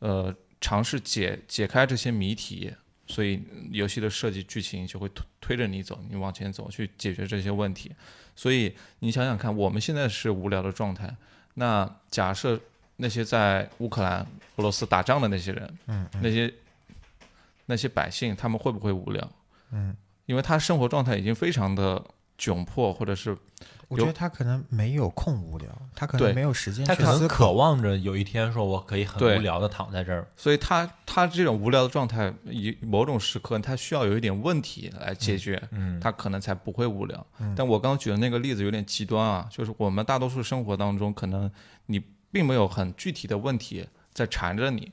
Speaker 5: 呃，尝试解解开这些谜题，所以嗯游戏的设计剧情就会推推着你走，你往前走去解决这些问题。所以你想想看，我们现在是无聊的状态，那假设那些在乌克兰、俄罗斯打仗的那些人，
Speaker 3: 嗯
Speaker 5: 那些那些百姓，他们会不会无聊？
Speaker 3: 嗯，
Speaker 5: 因为他生活状态已经非常的窘迫，或者是
Speaker 3: 我觉得他可能没有空无聊，他可
Speaker 5: 对
Speaker 3: 能没有时间
Speaker 4: 他
Speaker 3: 去
Speaker 4: 可能
Speaker 3: 思
Speaker 4: 渴
Speaker 3: 考。
Speaker 4: 望着有一天说，我可以很
Speaker 5: 对
Speaker 4: 无聊的躺在这儿，
Speaker 5: 所以他他这种无聊的状态，以某种时刻他需要有一点问题来解决，
Speaker 4: 嗯
Speaker 5: 他可能才不会无聊。但我刚刚举的那个例子有点极端啊，就是我们大多数生活当中，可能你并没有很具体的问题在缠着你，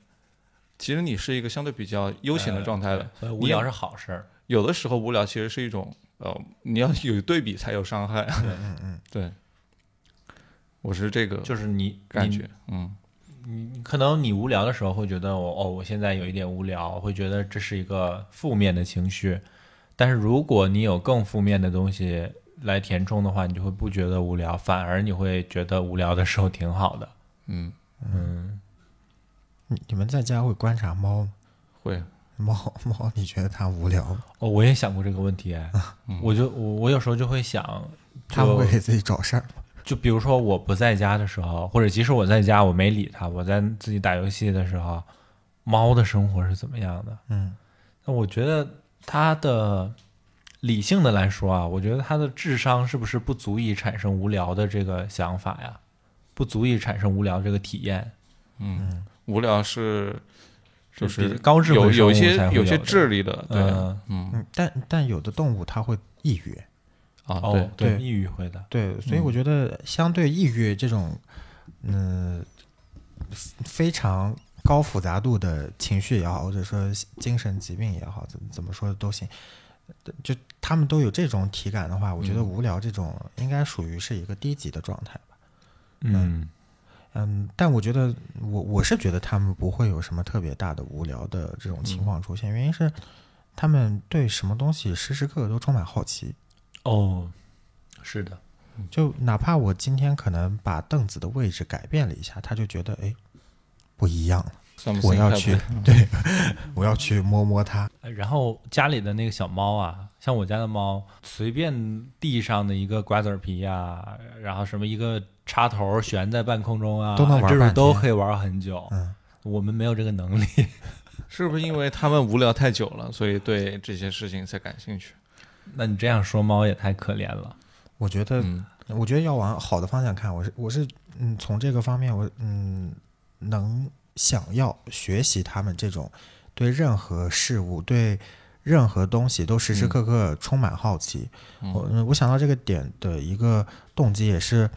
Speaker 5: 其实你是一个相对比较悠闲的状态的。
Speaker 4: 所以呃无
Speaker 5: 你也
Speaker 4: 聊是好事儿。
Speaker 5: 有的时候无聊其实是一种呃，你要有对比才有伤害。 嗯嗯嗯，对，我是这个
Speaker 4: 就是你
Speaker 5: 感
Speaker 4: 你
Speaker 5: 觉，嗯，
Speaker 4: 你可能你无聊的时候会觉得我哦，我现在有一点无聊，会觉得这是一个负面的情绪。但是如果你有更负面的东西来填充的话，你就会不觉得无聊，反而你会觉得无聊的时候挺好的。
Speaker 5: 嗯，
Speaker 4: 嗯，
Speaker 3: 你你们在家会观察猫吗？
Speaker 5: 会，
Speaker 3: 猫猫，你觉得它无聊吗？
Speaker 4: 哦，我也想过这个问题，哎，
Speaker 5: 嗯
Speaker 4: 我就我我有时候就会想，
Speaker 3: 它会
Speaker 4: 就
Speaker 3: 给自己找事儿吗？
Speaker 4: 就比如说我不在家的时候，或者即使我在家，我没理它，我在自己打游戏的时候，猫的生活是怎么样的？
Speaker 3: 嗯，
Speaker 4: 那我觉得它的理性的来说啊，我觉得它的智商是不是不足以产生无聊的这个想法呀？不足以产生无聊这个体验，
Speaker 5: 嗯，无聊是就
Speaker 4: 这
Speaker 5: 是
Speaker 4: 比高智慧
Speaker 5: 有
Speaker 4: 生
Speaker 5: 有
Speaker 4: 物
Speaker 5: 一些
Speaker 4: 才会有
Speaker 5: 些
Speaker 4: 的
Speaker 5: 智力的，对，
Speaker 4: 嗯
Speaker 5: 嗯
Speaker 3: 嗯，但但有的动物它会抑郁，
Speaker 5: 啊，
Speaker 4: 哦
Speaker 5: 对，，
Speaker 3: 对
Speaker 4: 抑郁会的，
Speaker 3: 对，所以我觉得相对抑郁这种，嗯、非常高复杂度的情绪也好，或者说精神疾病也好，怎怎么说都行，就他们都有这种体感的话，我觉得
Speaker 5: 嗯
Speaker 3: 无聊这种应该属于是一个低级的状态吧。
Speaker 4: 嗯
Speaker 3: 嗯，但我觉得我我是觉得他们不会有什么特别大的无聊的这种情况出现，原因是他们对什么东西时时刻刻都充满好奇。
Speaker 4: 哦，是的，
Speaker 3: 就哪怕我今天可能把凳子的位置改变了一下，他就觉得哎不一样了，
Speaker 5: Something
Speaker 3: 我要
Speaker 5: happened
Speaker 3: 去，对，我要去摸摸它。
Speaker 4: 呃然后家里的那个小猫啊，像我家的猫，随便地上的一个瓜子儿皮啊，然后什么一个插头悬在半空中啊，
Speaker 3: 都能玩
Speaker 4: 这种
Speaker 3: 半
Speaker 4: 都
Speaker 3: 天
Speaker 4: 可以玩很久。
Speaker 3: 嗯，
Speaker 4: 我们没有这个能力。
Speaker 5: 是不是因为他们无聊太久了，所以对这些事情才感兴趣？
Speaker 4: 那你这样说，猫也太可怜了。
Speaker 3: 我觉得，
Speaker 5: 嗯
Speaker 3: 我觉得要往好的方向看，我是我是嗯，从这个方面我嗯能想要学习他们这种对任何事物对。任何东西都时时刻刻充满好奇。
Speaker 5: 嗯
Speaker 3: 我嗯我想到这个点的一个动机也是，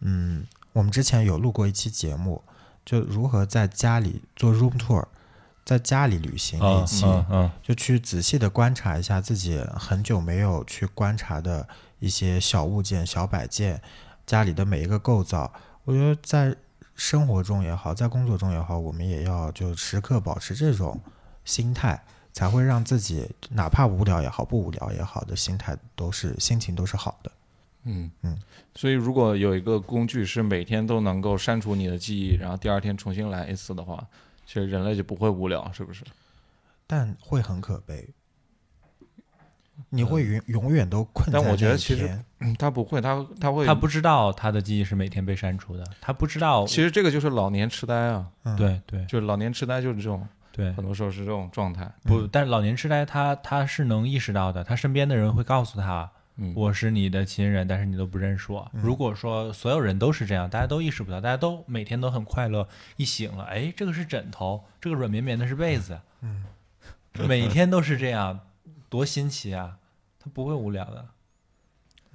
Speaker 3: 嗯，我们之前有录过一期节目，就如何在家里做 room tour，在家里旅行那一期，
Speaker 4: 嗯嗯
Speaker 3: 就去仔细的观察一下自己很久没有去观察的一些小物件、小摆件，家里的每一个构造。我觉得在生活中也好，在工作中也好，我们也要就时刻保持这种心态，才会让自己哪怕无聊也好，不无聊也好的心态都是心情都是好的。
Speaker 5: 嗯
Speaker 3: 嗯，
Speaker 5: 所以如果有一个工具是每天都能够删除你的记忆，然后第二天重新来一次的话，其实人类就不会无聊，是不是？
Speaker 3: 但会很可悲。你会永永远都困在
Speaker 5: 嗯但我觉得
Speaker 3: 那一
Speaker 5: 其实
Speaker 3: 天
Speaker 5: 嗯，他不会，他他会，
Speaker 4: 它不知道它的记忆是每天被删除的，它不知道。
Speaker 5: 其实这个就是老年痴呆啊，
Speaker 3: 嗯
Speaker 4: 对对
Speaker 5: 就是老年痴呆就是这种，
Speaker 4: 对，
Speaker 5: 很多时候是这种状态。
Speaker 4: 不，但老年痴呆他他是能意识到的，他身边的人会告诉他，
Speaker 5: 嗯
Speaker 4: 我是你的亲人，但是你都不认识我。如果说所有人都是这样，大家都意识不到，大家都每天都很快乐，一醒了，哎，这个是枕头，这个软绵绵的是被子，
Speaker 3: 嗯，
Speaker 4: 每天都是这样，多新奇啊！他不会无聊的。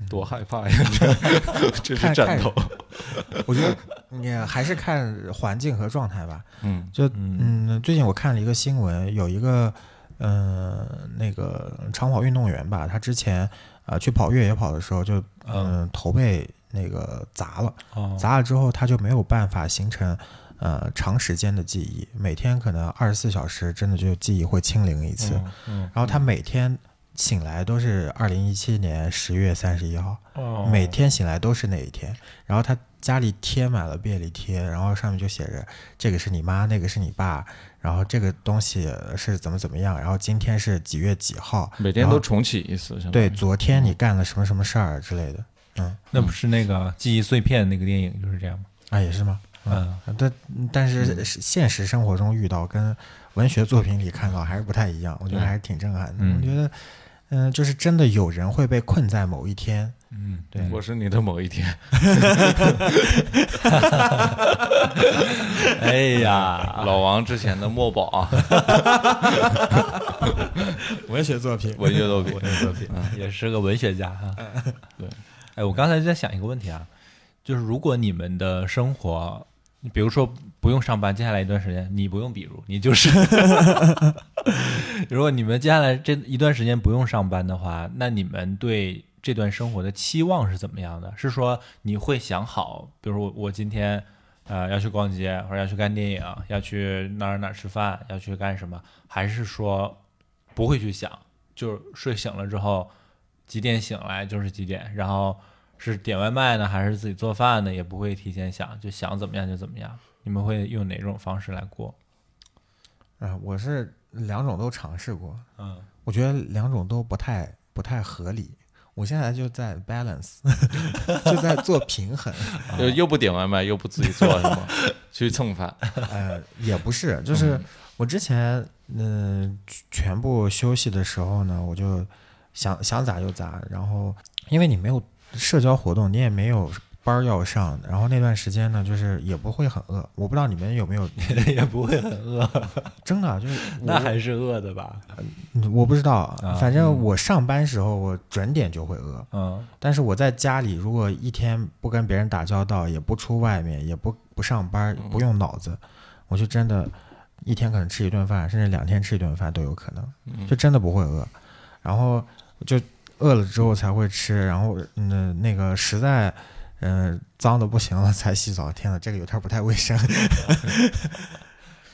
Speaker 5: 多害怕呀！这 这是
Speaker 3: 看
Speaker 5: 枕头，
Speaker 3: 我觉得你还是看环境和状态吧。
Speaker 5: 嗯
Speaker 3: 就嗯，最近我看了一个新闻，有一个嗯、呃那个长跑运动员吧，他之前呃去跑越野跑的时候就嗯、头被那个砸了，
Speaker 4: 哦，
Speaker 3: 砸了之后他就没有办法形成呃长时间的记忆，每天可能二十四小时真的就记忆会清零一次，
Speaker 4: 嗯，
Speaker 3: 然后他每天醒来都是二零一七年十月三十一号。
Speaker 4: 哦
Speaker 3: 每天醒来都是那一天。然后他家里贴满了便利贴，然后上面就写着这个是你妈，那个是你爸，然后这个东西是怎么怎么样，然后今天是几月几号，
Speaker 5: 每天都
Speaker 3: 然后
Speaker 5: 重启一次，相当于
Speaker 3: 对，昨天你干了什么什么事儿之类的。嗯，
Speaker 4: 那不是那个记忆碎片那个电影就是这样吗？
Speaker 3: 啊，也是吗？
Speaker 4: 嗯，
Speaker 3: 但但是是现实生活中遇到跟文学作品里看到还是不太一样，我觉得还是挺震撼的。
Speaker 4: 嗯
Speaker 3: 我觉得，嗯、就是真的有人会被困在某一天，
Speaker 4: 嗯，
Speaker 3: 对
Speaker 5: 我是你的某一天，
Speaker 4: 哎
Speaker 3: 啊
Speaker 4: 呀，
Speaker 5: 老王之前的墨宝 啊，
Speaker 3: 文学作品
Speaker 5: 文学作品，
Speaker 4: 文学作品也是个文学家哈。 对，哎，我刚才在想一个问题啊，就是如果你们的生活，比如说不用上班，接下来一段时间你不用，比如你就是， 如果你们接下来这一段时间不用上班的话，那你们对这段生活的期望是怎么样的？是说你会想好，比如我我今天。呃，要去逛街，或者要去看电影，要去哪儿哪儿吃饭，要去干什么？还是说不会去想，就是睡醒了之后几点醒来就是几点，然后是点外卖呢，还是自己做饭呢，也不会提前想，就想怎么样就怎么样。你们会用哪种方式来过？
Speaker 3: 啊、我是两种都尝试过，
Speaker 4: 嗯，
Speaker 3: 我觉得两种都不太不太合理。我现在就在 balance，就在做平衡。
Speaker 5: 就又不点外卖，又不自己做，是
Speaker 3: 啊
Speaker 5: 吗？去蹭饭，
Speaker 3: 呃，也不是，就是我之前嗯、全部休息的时候呢，我就想想咋就咋，然后因为你没有社交活动，你也没有班儿要上，然后那段时间呢，就是也不会很饿。我不知道你们有没有，
Speaker 4: 也不会很饿，
Speaker 3: 真的啊就是我
Speaker 4: 那还是饿的吧？
Speaker 3: 我不知道
Speaker 4: 啊
Speaker 3: 啊，反正我上班时候我准点就会饿，
Speaker 4: 嗯
Speaker 3: 但是我在家里如果一天不跟别人打交道，也不出外面，也不不上班，不用脑子，我就真的一天可能吃一顿饭，甚至两天吃一顿饭都有可能，就真的不会饿。然后就饿了之后才会吃，然后嗯那个实在。嗯，脏的不行了才洗澡。天呐，这个有点不太卫生。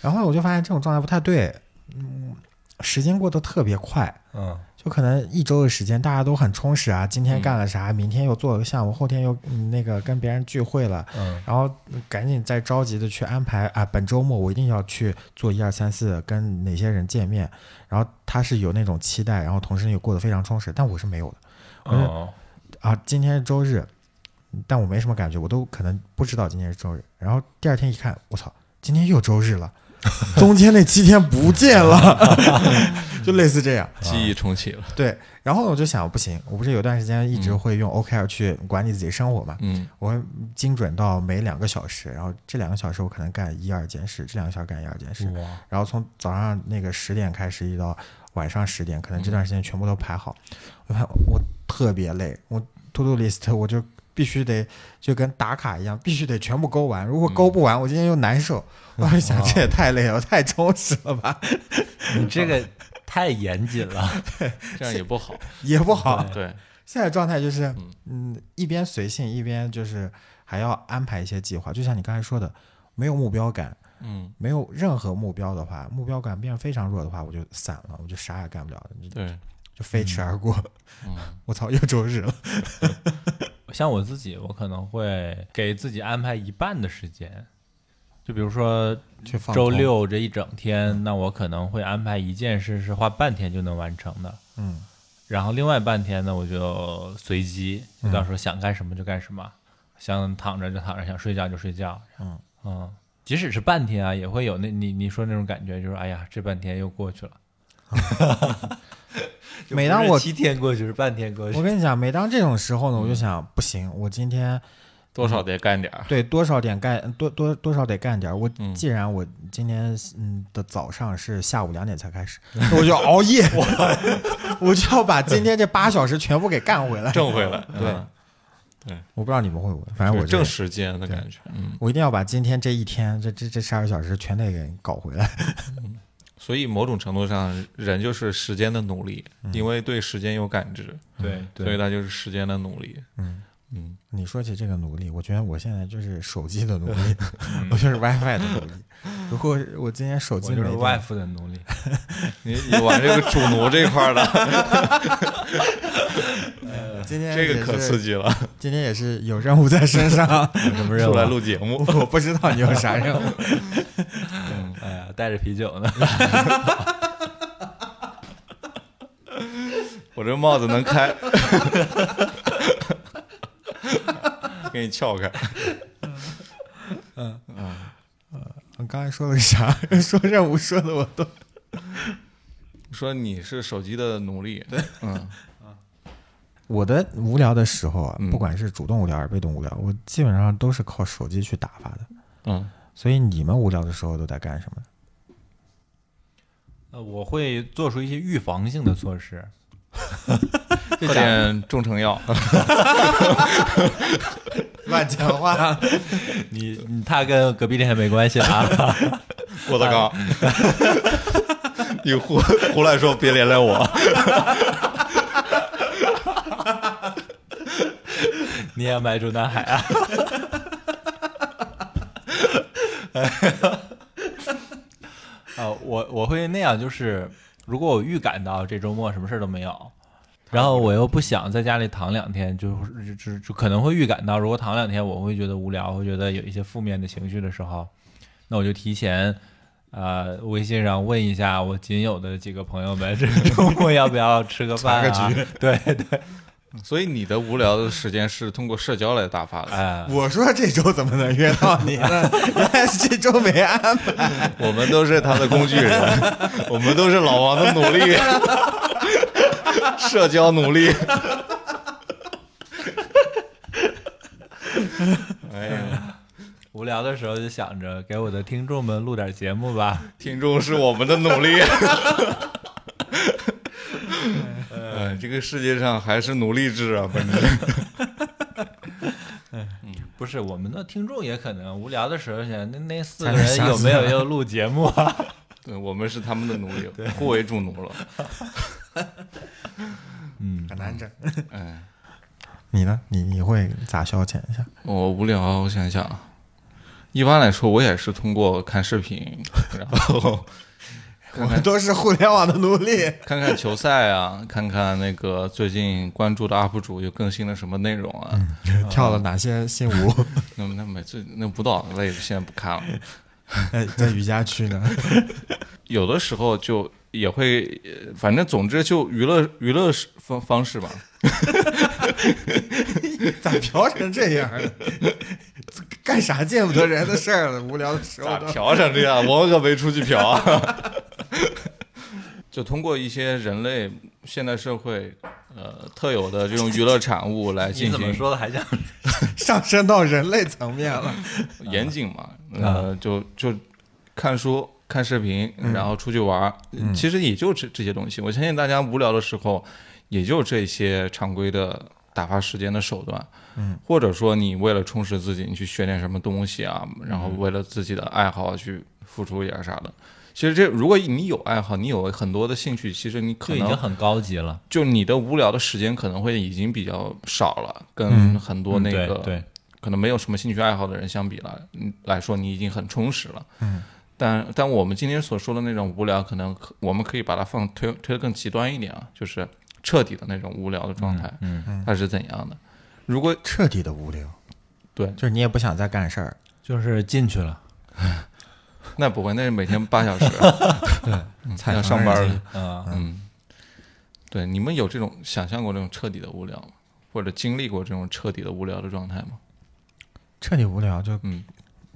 Speaker 3: 然后我就发现这种状态不太对，嗯，时间过得特别快，
Speaker 4: 嗯
Speaker 3: 就可能一周的时间，大家都很充实啊，今
Speaker 5: 嗯
Speaker 3: 天干了啥，明天又做了个项目，后天又、嗯那个跟别人聚会了，
Speaker 4: 嗯
Speaker 3: 然后呃赶紧再着急的去安排啊，本周末我一定要去做一二三四，跟哪些人见面，然后他是有那种期待，然后同时又过得非常充实，但我是没有的
Speaker 4: 哦
Speaker 3: 啊，今天是周日，但我没什么感觉，我都可能不知道今天是周日，然后第二天一看，我操，今天又周日 了，中间那七天不见了， 就类似这样。
Speaker 5: 记忆重启了。
Speaker 3: 对，然后我就想，不行，我不是有段时间一直会用 OKR 去管理自己生活嘛，
Speaker 5: 嗯
Speaker 3: 我会精准到每两个小时，然后这两个小时我可能干一二件事，这两个小时干一二件事，
Speaker 4: 哇，
Speaker 3: 然后从早上那个十点开始，一直到晚上十点，可能这段时间全部都排好。我发现我特别累，我 to do list 我就必须得就跟打卡一样，必须得全部勾完。如果勾不完，我今天又难受。我就想，这也太累了，太充实了吧，
Speaker 4: 你这个太严谨了。
Speaker 5: 这样也不好。
Speaker 3: 也不好。
Speaker 5: 对，
Speaker 3: 现在状态就是，嗯，一边随性，一边就是还要安排一些计划。就像你刚才说的，没有目标感，
Speaker 5: 嗯，
Speaker 3: 没有任何目标的话，目标感变得非常弱的话，我就散了，我就啥也干不了，就
Speaker 5: 对，
Speaker 3: 就飞驰而过。 我操，又周日了。
Speaker 4: 像我自己，我可能会给自己安排一半的时间，就比如说
Speaker 3: 去放
Speaker 4: 周
Speaker 3: 空
Speaker 4: 六这一整天，那我可能会安排一件事是花半天就能完成的，
Speaker 3: 嗯，
Speaker 4: 然后另外半天呢，我就随机，就到时候想干什么就干什么，想躺着就躺着，想睡觉就睡觉，
Speaker 3: 嗯
Speaker 4: 嗯，即使是半天啊，也会有那你你说那种感觉，就是哎呀，这半天又过去了。 就
Speaker 3: 每
Speaker 4: 不
Speaker 3: 当
Speaker 4: 是
Speaker 3: 我
Speaker 4: 七天过去是半天过去
Speaker 3: 我，跟你讲，每当这种时候呢，我就想，不行，我今天
Speaker 5: 多少得干点儿。
Speaker 3: 对多少点干多多多少得干点儿。我
Speaker 5: 嗯
Speaker 3: 既然我今天嗯的早上是下午两点才开始，那我就熬夜， 我就要把今天这八小时全部给干回来。
Speaker 5: 挣回来，
Speaker 3: 对
Speaker 5: 嗯
Speaker 3: 我不知道你们会不会，反正
Speaker 5: 就
Speaker 3: 我
Speaker 5: 是
Speaker 3: 这
Speaker 5: 挣
Speaker 3: 个
Speaker 5: 时间的感觉，嗯，
Speaker 3: 我一定要把今天这一天这这这十二小时全得给搞回来。
Speaker 5: 所以某种程度上，人就是时间的奴隶，
Speaker 3: 嗯
Speaker 5: 因为对时间有感知，
Speaker 4: 对
Speaker 5: 所以，他就是时间的奴隶。
Speaker 3: 嗯
Speaker 5: 嗯，
Speaker 3: 你说起这个努力，我觉得我现在就是手机的努力，
Speaker 5: 嗯
Speaker 3: 我就是 WiFi 的努力。如果我今天手
Speaker 4: 我
Speaker 3: 机
Speaker 4: 就是
Speaker 3: 没
Speaker 4: 外
Speaker 3: 电，
Speaker 4: 父的奴隶。
Speaker 5: 你你玩这个主奴这 块儿的，
Speaker 3: 今天
Speaker 5: 这个
Speaker 3: 也
Speaker 5: 可
Speaker 3: 是
Speaker 5: 刺激了，
Speaker 3: 今天也是有任务在身上，
Speaker 4: 什么任务
Speaker 5: 出来录节目，
Speaker 3: 我不知道你有啥任务。
Speaker 4: 哎呀，带着啤酒呢。
Speaker 5: 我这帽子能开，给你撬开。嗯
Speaker 3: 我刚才说了个啥？ 说任务说的我都
Speaker 5: 说你是手机的奴隶，对，嗯，
Speaker 3: 我的无聊的时候啊
Speaker 5: 嗯，
Speaker 3: 不管是主动无聊还是被动无聊，我基本上都是靠手机去打发的。
Speaker 5: 嗯，
Speaker 3: 所以你们无聊的时候都在干什么？
Speaker 4: 呃，我会做出一些预防性的措施。
Speaker 5: 喝点中成药，
Speaker 3: 乱讲话。
Speaker 4: 你你他跟隔壁店没关系啊，
Speaker 5: 郭德纲，你胡胡乱说，别连累我。
Speaker 4: 你也买中南海啊。哎呀，啊，我我会那样，就是如果我预感到这周末什么事儿都没有，然后我又不想在家里躺两天，就是就就可能会预感到，如果躺两天我会觉得无聊，会觉得有一些负面的情绪的时候，那我就提前。呃，微信上问一下我仅有的几个朋友们，这周末要不要吃个饭啊？对对，
Speaker 5: 所以你的无聊的时间是通过社交来打发的。
Speaker 4: 哎，
Speaker 3: 我说这周怎么能约到你 呢？原来是这周没安排。
Speaker 5: 我们都是他的工具人，我们都是老王的奴隶，社交奴隶。 哎呀，
Speaker 4: 无聊的时候就想着给我的听众们录点节目吧。
Speaker 5: 听众是我们的奴隶。呃，这个世界上还是奴隶制啊，反正
Speaker 4: 不是，我们的听众也可能无聊的时候想，那那四
Speaker 3: 才
Speaker 4: 个
Speaker 3: 能
Speaker 4: 人
Speaker 3: 想
Speaker 4: 有
Speaker 3: 起
Speaker 4: 没有
Speaker 3: 来
Speaker 4: 要录节目 啊？
Speaker 5: 对我们是他们的奴隶，互为主奴了。
Speaker 3: 很难整。嗯
Speaker 5: 哎，
Speaker 3: 你呢？你你会咋消遣一下？
Speaker 5: 我哦无聊，我想想啊。一般来说，我也是通过看视频，然后看看
Speaker 3: 都是互联网的奴隶。
Speaker 5: 看看球赛啊，看看那个最近关注的 UP 主又更新了什么内容啊。
Speaker 3: 跳了哪些新舞？
Speaker 5: 那么那每次那舞蹈类的现在不看了，
Speaker 3: 哎在瑜伽区呢？
Speaker 5: 有的时候就也会，呃反正总之就娱乐娱乐是方方式吧。
Speaker 3: 咋嫖成这样了？干啥见不得人的事儿了？无聊的时
Speaker 5: 咋嫖成这样？我可没出去嫖啊。 就通过一些人类现代社会呃特有的这种娱乐产物来
Speaker 4: 你
Speaker 5: 进
Speaker 4: 怎么
Speaker 5: 行
Speaker 4: 说的还像
Speaker 3: 上升到人类层面了。
Speaker 4: 啊
Speaker 5: 严谨嘛，呃，就就看书、看视频，
Speaker 4: 嗯
Speaker 5: 然后出去玩儿，其实也就这这些东西。我相信大家无聊的时候，也就这些常规的打发时间的手段。嗯，或者说你为了充实自己，你去学点什么东西啊，然
Speaker 4: 嗯
Speaker 5: 后为了自己的爱好去付出一点啥的。其实这，如果你有爱好，你有很多的兴趣，其实你可
Speaker 4: 就已经
Speaker 5: 能
Speaker 4: 很高级了？嗯
Speaker 5: 就你的无聊的时间可能会已经比较少了，跟很多
Speaker 4: 嗯
Speaker 5: 那个
Speaker 4: 对对，
Speaker 5: 可能没有什么兴趣爱好的人相比了，嗯来说你已经很充实了。嗯，但但我们今天所说的那种无聊，可能可我们可以把它放推推得更极端一点啊，就是彻底的那种无聊的状态，
Speaker 4: 嗯
Speaker 5: 它是怎样的？如果
Speaker 3: 彻底的无聊，
Speaker 5: 对，
Speaker 3: 就是你也不想再干事 儿，
Speaker 4: 就是进去了，
Speaker 5: 那不会，那是每天八小时
Speaker 3: 踩
Speaker 5: 要
Speaker 3: 缝
Speaker 5: 上
Speaker 3: 纫
Speaker 5: 班
Speaker 3: 机
Speaker 5: 了。
Speaker 4: 啊，
Speaker 5: 嗯，对，你们有这种想象过这种彻底的无聊吗？或者经历过这种彻底的无聊的状态吗？
Speaker 3: 彻底无聊就
Speaker 5: 嗯，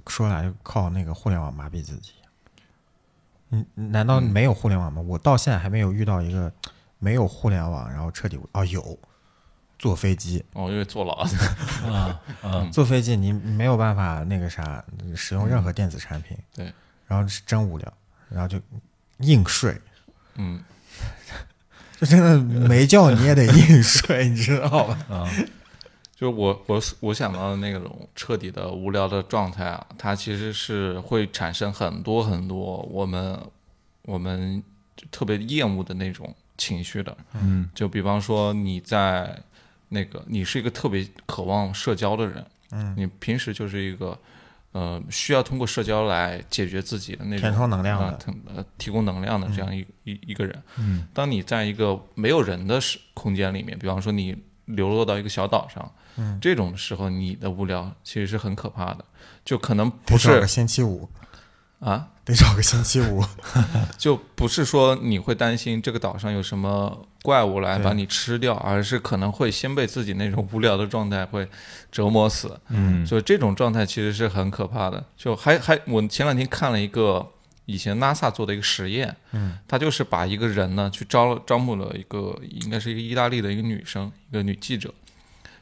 Speaker 3: 说来就靠那个互联网麻痹自己。嗯，难道没有互联网吗？我到现在还没有遇到一个没有互联网然后彻底无哦有。坐飞机，
Speaker 5: 哦，因为坐牢。
Speaker 4: 啊
Speaker 5: 嗯
Speaker 4: 啊，
Speaker 3: 坐飞机你没有办法那个啥，使用任何电子产品，
Speaker 5: 对，
Speaker 3: 然后是真无聊，然后就硬睡，
Speaker 5: 嗯，
Speaker 3: 就真的没觉你也得硬睡，你知道吧？
Speaker 5: 就是我我我想到的那种彻底的无聊的状态啊，它其实是会产生很多很多我们我们就特别厌恶的那种情绪的。
Speaker 4: 嗯，
Speaker 5: 就比方说你在那个你是一个特别渴望社交的人，嗯，你平时就是一个呃需要通过社交来解决自己的 那种
Speaker 3: 填充能量的
Speaker 5: 啊腾呃提供能量的这样一一、一个人。
Speaker 4: 嗯，
Speaker 5: 当你在一个没有人的时空间里面，比方说你流落到一个小岛上，嗯，这种时候你的无聊其实是很可怕的，就可能不
Speaker 3: 得找个
Speaker 5: 是
Speaker 3: 星期五，
Speaker 5: 啊，
Speaker 3: 得找个星期五，
Speaker 5: 就不是说你会担心这个岛上有什么怪物来
Speaker 3: 对
Speaker 5: 把你吃掉，而是可能会先被自己那种无聊的状态会折磨死。
Speaker 4: 嗯
Speaker 5: 所以这种状态其实是很可怕的。就还还，我前两天看了一个以前 NASA 做的一个实验，
Speaker 3: 嗯，
Speaker 5: 他就是把一个人呢去招招募了一个应该是一个意大利的一个女生，一个女记者，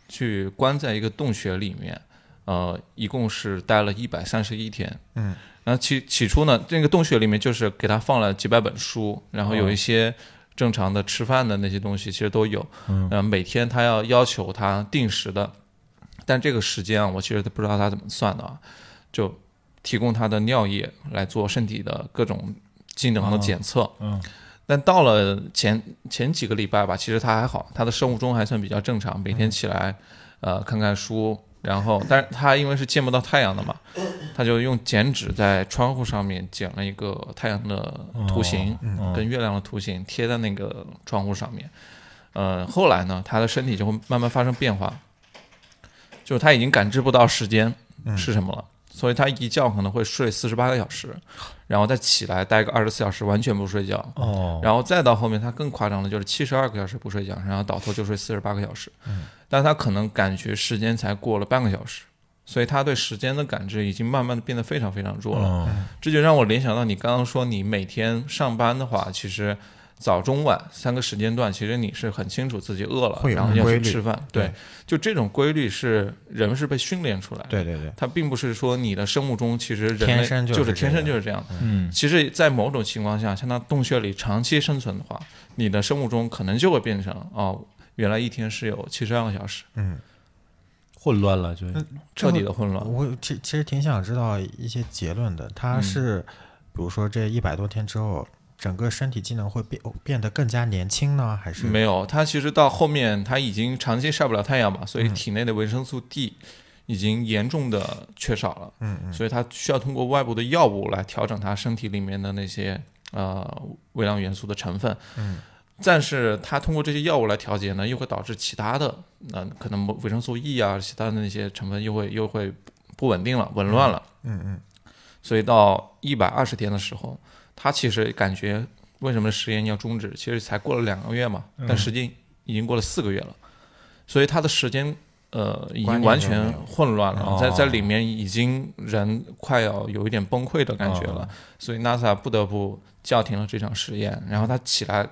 Speaker 5: 去关在一个洞穴里面，呃，一共是待了一百三十一天，
Speaker 3: 嗯，
Speaker 5: 然后起起初呢，这个洞穴里面就是给他放了几百本书，然后有一些。正常的吃饭的那些东西其实都有，
Speaker 4: 嗯
Speaker 5: 呃，每天他要要求他定时的，但这个时间啊，我其实都不知道他怎么算的啊，就提供他的尿液来做身体的各种机能的检测。
Speaker 4: 嗯
Speaker 5: 但到了前前几个礼拜吧，其实他还好，他的生物钟还算比较正常，每天起来，
Speaker 4: 嗯
Speaker 5: 呃，看看书，然后，但是他因为是见不到太阳 的嘛，他就用剪纸在窗户上面剪了一个太阳的图形，
Speaker 4: 嗯
Speaker 5: 跟月亮的图形贴在那个窗户上面。呃，后来呢，他的身体就会慢慢发生变化，就是他已经感知不到时间
Speaker 4: 嗯
Speaker 5: 是什么了，所以他一觉可能会睡四十八个小时，然后再起来待个二十四小时，完全不睡觉。
Speaker 4: 哦，
Speaker 5: 然后再到后面，他更夸张的就是七十二个小时不睡觉，然后倒头就睡四十八个小时，
Speaker 3: 嗯
Speaker 5: 但他可能感觉时间才过了半个小时，所以他对时间的感知已经慢慢的变得非常非常弱
Speaker 3: 哦
Speaker 5: 了。
Speaker 4: 嗯
Speaker 5: 这就让我联想到你刚刚说，你每天上班的话，其实早中晚三个时间段，其实你是很清楚自己饿了，
Speaker 3: 会有
Speaker 5: 然后要
Speaker 3: 规
Speaker 5: 去
Speaker 3: 律
Speaker 5: 吃饭。对
Speaker 3: 对，
Speaker 5: 就这种规律是人是被训练出来的。
Speaker 3: 对对对，
Speaker 5: 它并不是说你的生物钟其实人类
Speaker 3: 天生就
Speaker 5: 就是是天
Speaker 3: 这样
Speaker 5: 生就是这样。
Speaker 4: 嗯
Speaker 5: 其实，在某种情况下，像它洞穴里长期生存的话，你的生物钟可能就会变成哦，原来一天是有七十二个小时，
Speaker 3: 嗯，
Speaker 4: 混乱了就
Speaker 5: 彻底的混乱。
Speaker 3: 我其其实挺想知道一些结论的，它
Speaker 5: 嗯
Speaker 3: 是比如说这一百多天之后，整个身体机能会变变得更加年轻呢，还是
Speaker 5: 没有，它其实到后面它已经长期晒不了太阳嘛，所
Speaker 3: 嗯
Speaker 5: 以体内的维生素 D 已经严重的缺少了，
Speaker 3: 嗯嗯
Speaker 5: 所以它需要通过外部的药物来调整它身体里面的那些呃微量元素的成分。
Speaker 3: 嗯
Speaker 5: 但是它通过这些药物来调节呢，又会导致其他的，那、可能维生素 E 啊，其他的那些成分又会又会不稳定了，紊乱了。
Speaker 3: 嗯嗯
Speaker 5: 所以到一百二十天的时候，他其实感觉为什么实验要终止？其实才过了两个月嘛，但实际已经过了四个月了，所以他的时间呃已
Speaker 3: 观
Speaker 5: 经
Speaker 3: 念
Speaker 5: 完
Speaker 3: 就
Speaker 5: 全
Speaker 3: 没有
Speaker 5: 混乱
Speaker 4: 哦
Speaker 5: 了，在在里面已经人快要有一点崩溃的感觉了
Speaker 4: 哦，
Speaker 5: 所以 NASA 不得不叫停了这场实验。然后他起来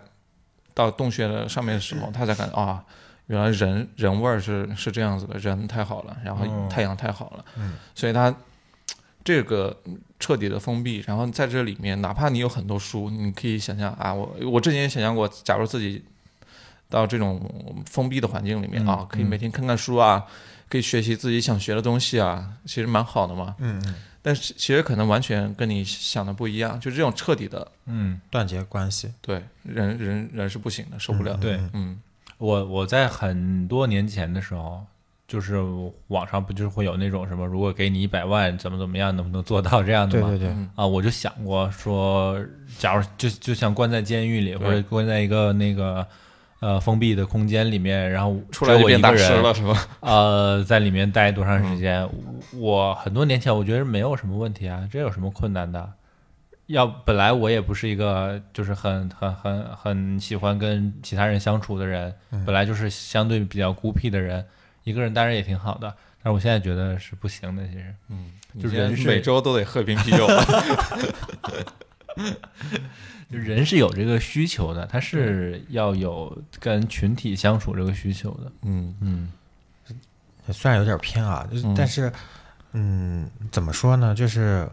Speaker 5: 到洞穴的上面的时候，
Speaker 4: 嗯
Speaker 5: 他才感觉啊。原来人人味儿是是这样子的，人太好了，然后
Speaker 4: 哦
Speaker 5: 太阳太好了，
Speaker 3: 嗯
Speaker 5: 所以他这个彻底的封闭，然后在这里面，哪怕你有很多书，你可以想象啊，我我之前也想象过，假如自己到这种封闭的环境里面
Speaker 4: 嗯
Speaker 5: 啊，可以每天看看书啊，可以学习自己想学的东西啊，其实蛮好的嘛。
Speaker 3: 嗯嗯，
Speaker 5: 但是其实可能完全跟你想的不一样，就这种彻底的，
Speaker 4: 嗯。
Speaker 3: 断绝关系，
Speaker 5: 对人人人是不行的，受不了的。
Speaker 4: 对
Speaker 5: 嗯
Speaker 4: 我我在很多年前的时候，就是网上不就是会有那种什么，如果给你一百万，怎么怎么样，能不能做到这样的
Speaker 3: 对
Speaker 4: 吗？
Speaker 3: 对对，
Speaker 5: 嗯
Speaker 4: 啊，我就想过说，假如就就像关在监狱里，或者
Speaker 5: 对
Speaker 4: 关在一个那个呃封闭的空间里面，然后
Speaker 5: 出
Speaker 4: 只
Speaker 5: 来
Speaker 4: 有
Speaker 5: 就
Speaker 4: 我
Speaker 5: 变
Speaker 4: 一个
Speaker 5: 大师
Speaker 4: 人
Speaker 5: 了，是嗯吧？
Speaker 4: 呃，在里面待多长时间？我很多年前我觉得没有什么问题啊，这有什么困难的？要本来我也不是一个就是很很很很喜欢跟其他人相处的人，
Speaker 5: 嗯
Speaker 4: 本来就是相对比较孤僻的人，一个人待着也挺好的。但是我现在觉得是不行的，其实
Speaker 5: 嗯，
Speaker 4: 就
Speaker 5: 你
Speaker 4: 人
Speaker 5: 现在
Speaker 4: 是
Speaker 5: 每周都得喝瓶啤 酒，
Speaker 4: 就人是有这个需求的，他是要有跟群体相处这个需求的。
Speaker 5: 嗯，
Speaker 4: 嗯
Speaker 3: 虽然有点偏啊，就是
Speaker 5: 嗯
Speaker 3: 但是，嗯，怎么说呢？就是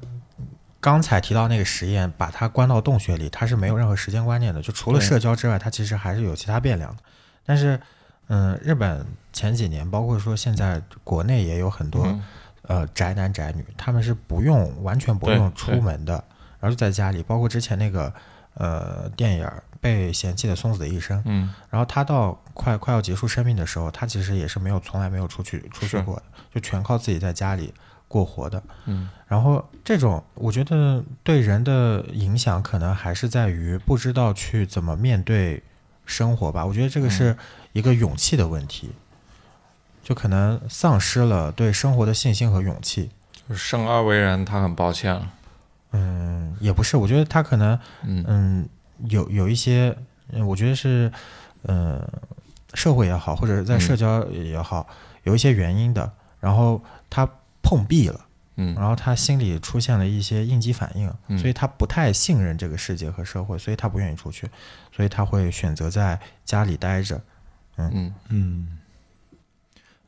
Speaker 3: 刚才提到那个实验，把它关到洞穴里，它是没有任何时间观念的，就除了
Speaker 4: 对
Speaker 3: 社交之外，它其实还是有其他变量的。但是，嗯，日本前几年，包括说现在国内也有很多、
Speaker 5: 嗯
Speaker 3: 呃宅男宅女，他们是不用完全不用
Speaker 5: 对
Speaker 3: 出门的，然后就在家里，包括之前那个呃电影儿被嫌弃的松子的一生，
Speaker 5: 嗯，
Speaker 3: 然后他到快快要结束生命的时候，他其实也是没有从来没有出去出去
Speaker 5: 是
Speaker 3: 过的，就全靠自己在家里过活的。
Speaker 5: 嗯，
Speaker 3: 然后这种我觉得对人的影响可能还是在于不知道去怎么面对生活吧。我觉得这个是
Speaker 5: 嗯
Speaker 3: 一个勇气的问题，就可能丧失了对生活的信心和勇气。
Speaker 5: 就是生而为人，他很抱歉了。
Speaker 3: 嗯，也不是，我觉得他可能
Speaker 5: 嗯
Speaker 3: 呃嗯，有有一些，嗯我觉得是，呃社会也好，或者在
Speaker 5: 嗯
Speaker 3: 社交也好，有一些原因的，然后他碰壁了，
Speaker 5: 嗯
Speaker 3: 然后他心里出现了一些应激反应，
Speaker 5: 嗯
Speaker 3: 所以他不太信任这个世界和社会，所以他不愿意出去，所以他会选择在家里待着。
Speaker 5: 嗯
Speaker 4: 嗯，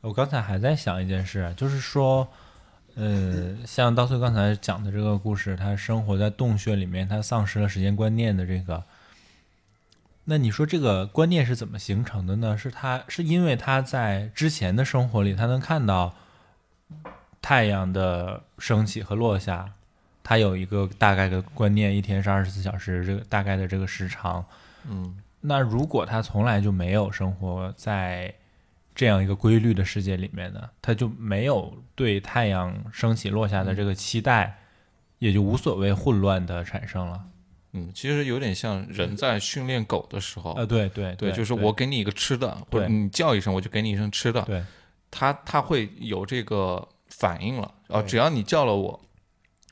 Speaker 4: 我刚才还在想一件事，啊就是说，呃，像稻穗刚才讲的这个故事，他生活在洞穴里面，他丧失了时间观念的这个，那你说这个观念是怎么形成的呢？是他是因为他在之前的生活里，他能看到太阳的升起和落下。他有一个大概的观念，一天是二十四小时，这个大概的这个时长，
Speaker 5: 嗯
Speaker 4: 那如果他从来就没有生活在这样一个规律的世界里面呢，他就没有对太阳升起落
Speaker 5: 嗯
Speaker 4: 下的这个期待，也就无所谓混乱的产生了。
Speaker 5: 嗯，其实有点像人在训练狗的时候，
Speaker 4: 呃，对对
Speaker 5: 哦对，就是我给你一个吃的，或者
Speaker 4: 对
Speaker 5: 你叫一声，我就给你一声吃的，
Speaker 4: 对
Speaker 5: 它它会有这个反应了啊，只要你叫了我，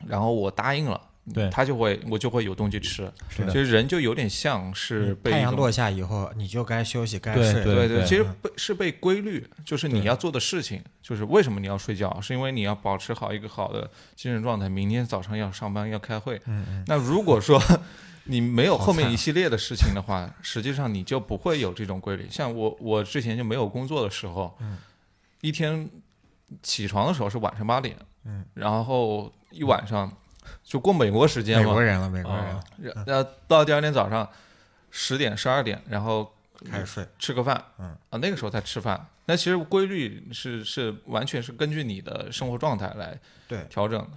Speaker 5: 然后我答应了，
Speaker 4: 对
Speaker 5: 它就会我就会有东西吃。
Speaker 4: 是的
Speaker 5: 其实人就有点像是被
Speaker 3: 嗯太
Speaker 5: 一
Speaker 3: 阳
Speaker 5: 种
Speaker 3: 落下以后，你就该休息，该
Speaker 4: 对
Speaker 3: 睡。
Speaker 5: 对
Speaker 4: 对
Speaker 3: 嗯
Speaker 5: 其实被是被规律，就是你
Speaker 4: 对
Speaker 5: 要做的事情，就是为什么你要睡觉，是因为你要保持好一个好的精神状态，明天早上要上班要开会。
Speaker 3: 嗯嗯。啊
Speaker 5: 那如 果说你没有后面一系列的事情的话，实际上你就不会有这种规律。像我，我之前就没有工作的时候，
Speaker 3: 嗯
Speaker 5: 一天起床的时候是晚上八点，
Speaker 3: 嗯，
Speaker 5: 然后一晚上就过美国时间
Speaker 3: 美
Speaker 5: 嘛
Speaker 3: 国，人了，美国人
Speaker 5: 啊
Speaker 3: 了，，
Speaker 5: 然然后到第二天早上十点十二点，然后
Speaker 3: 开始睡。
Speaker 5: 吃个饭，
Speaker 3: 嗯
Speaker 5: 啊，那个时候才吃饭。那其实规律是是完全是根据你的生活状态来
Speaker 3: 对，
Speaker 5: 调整的，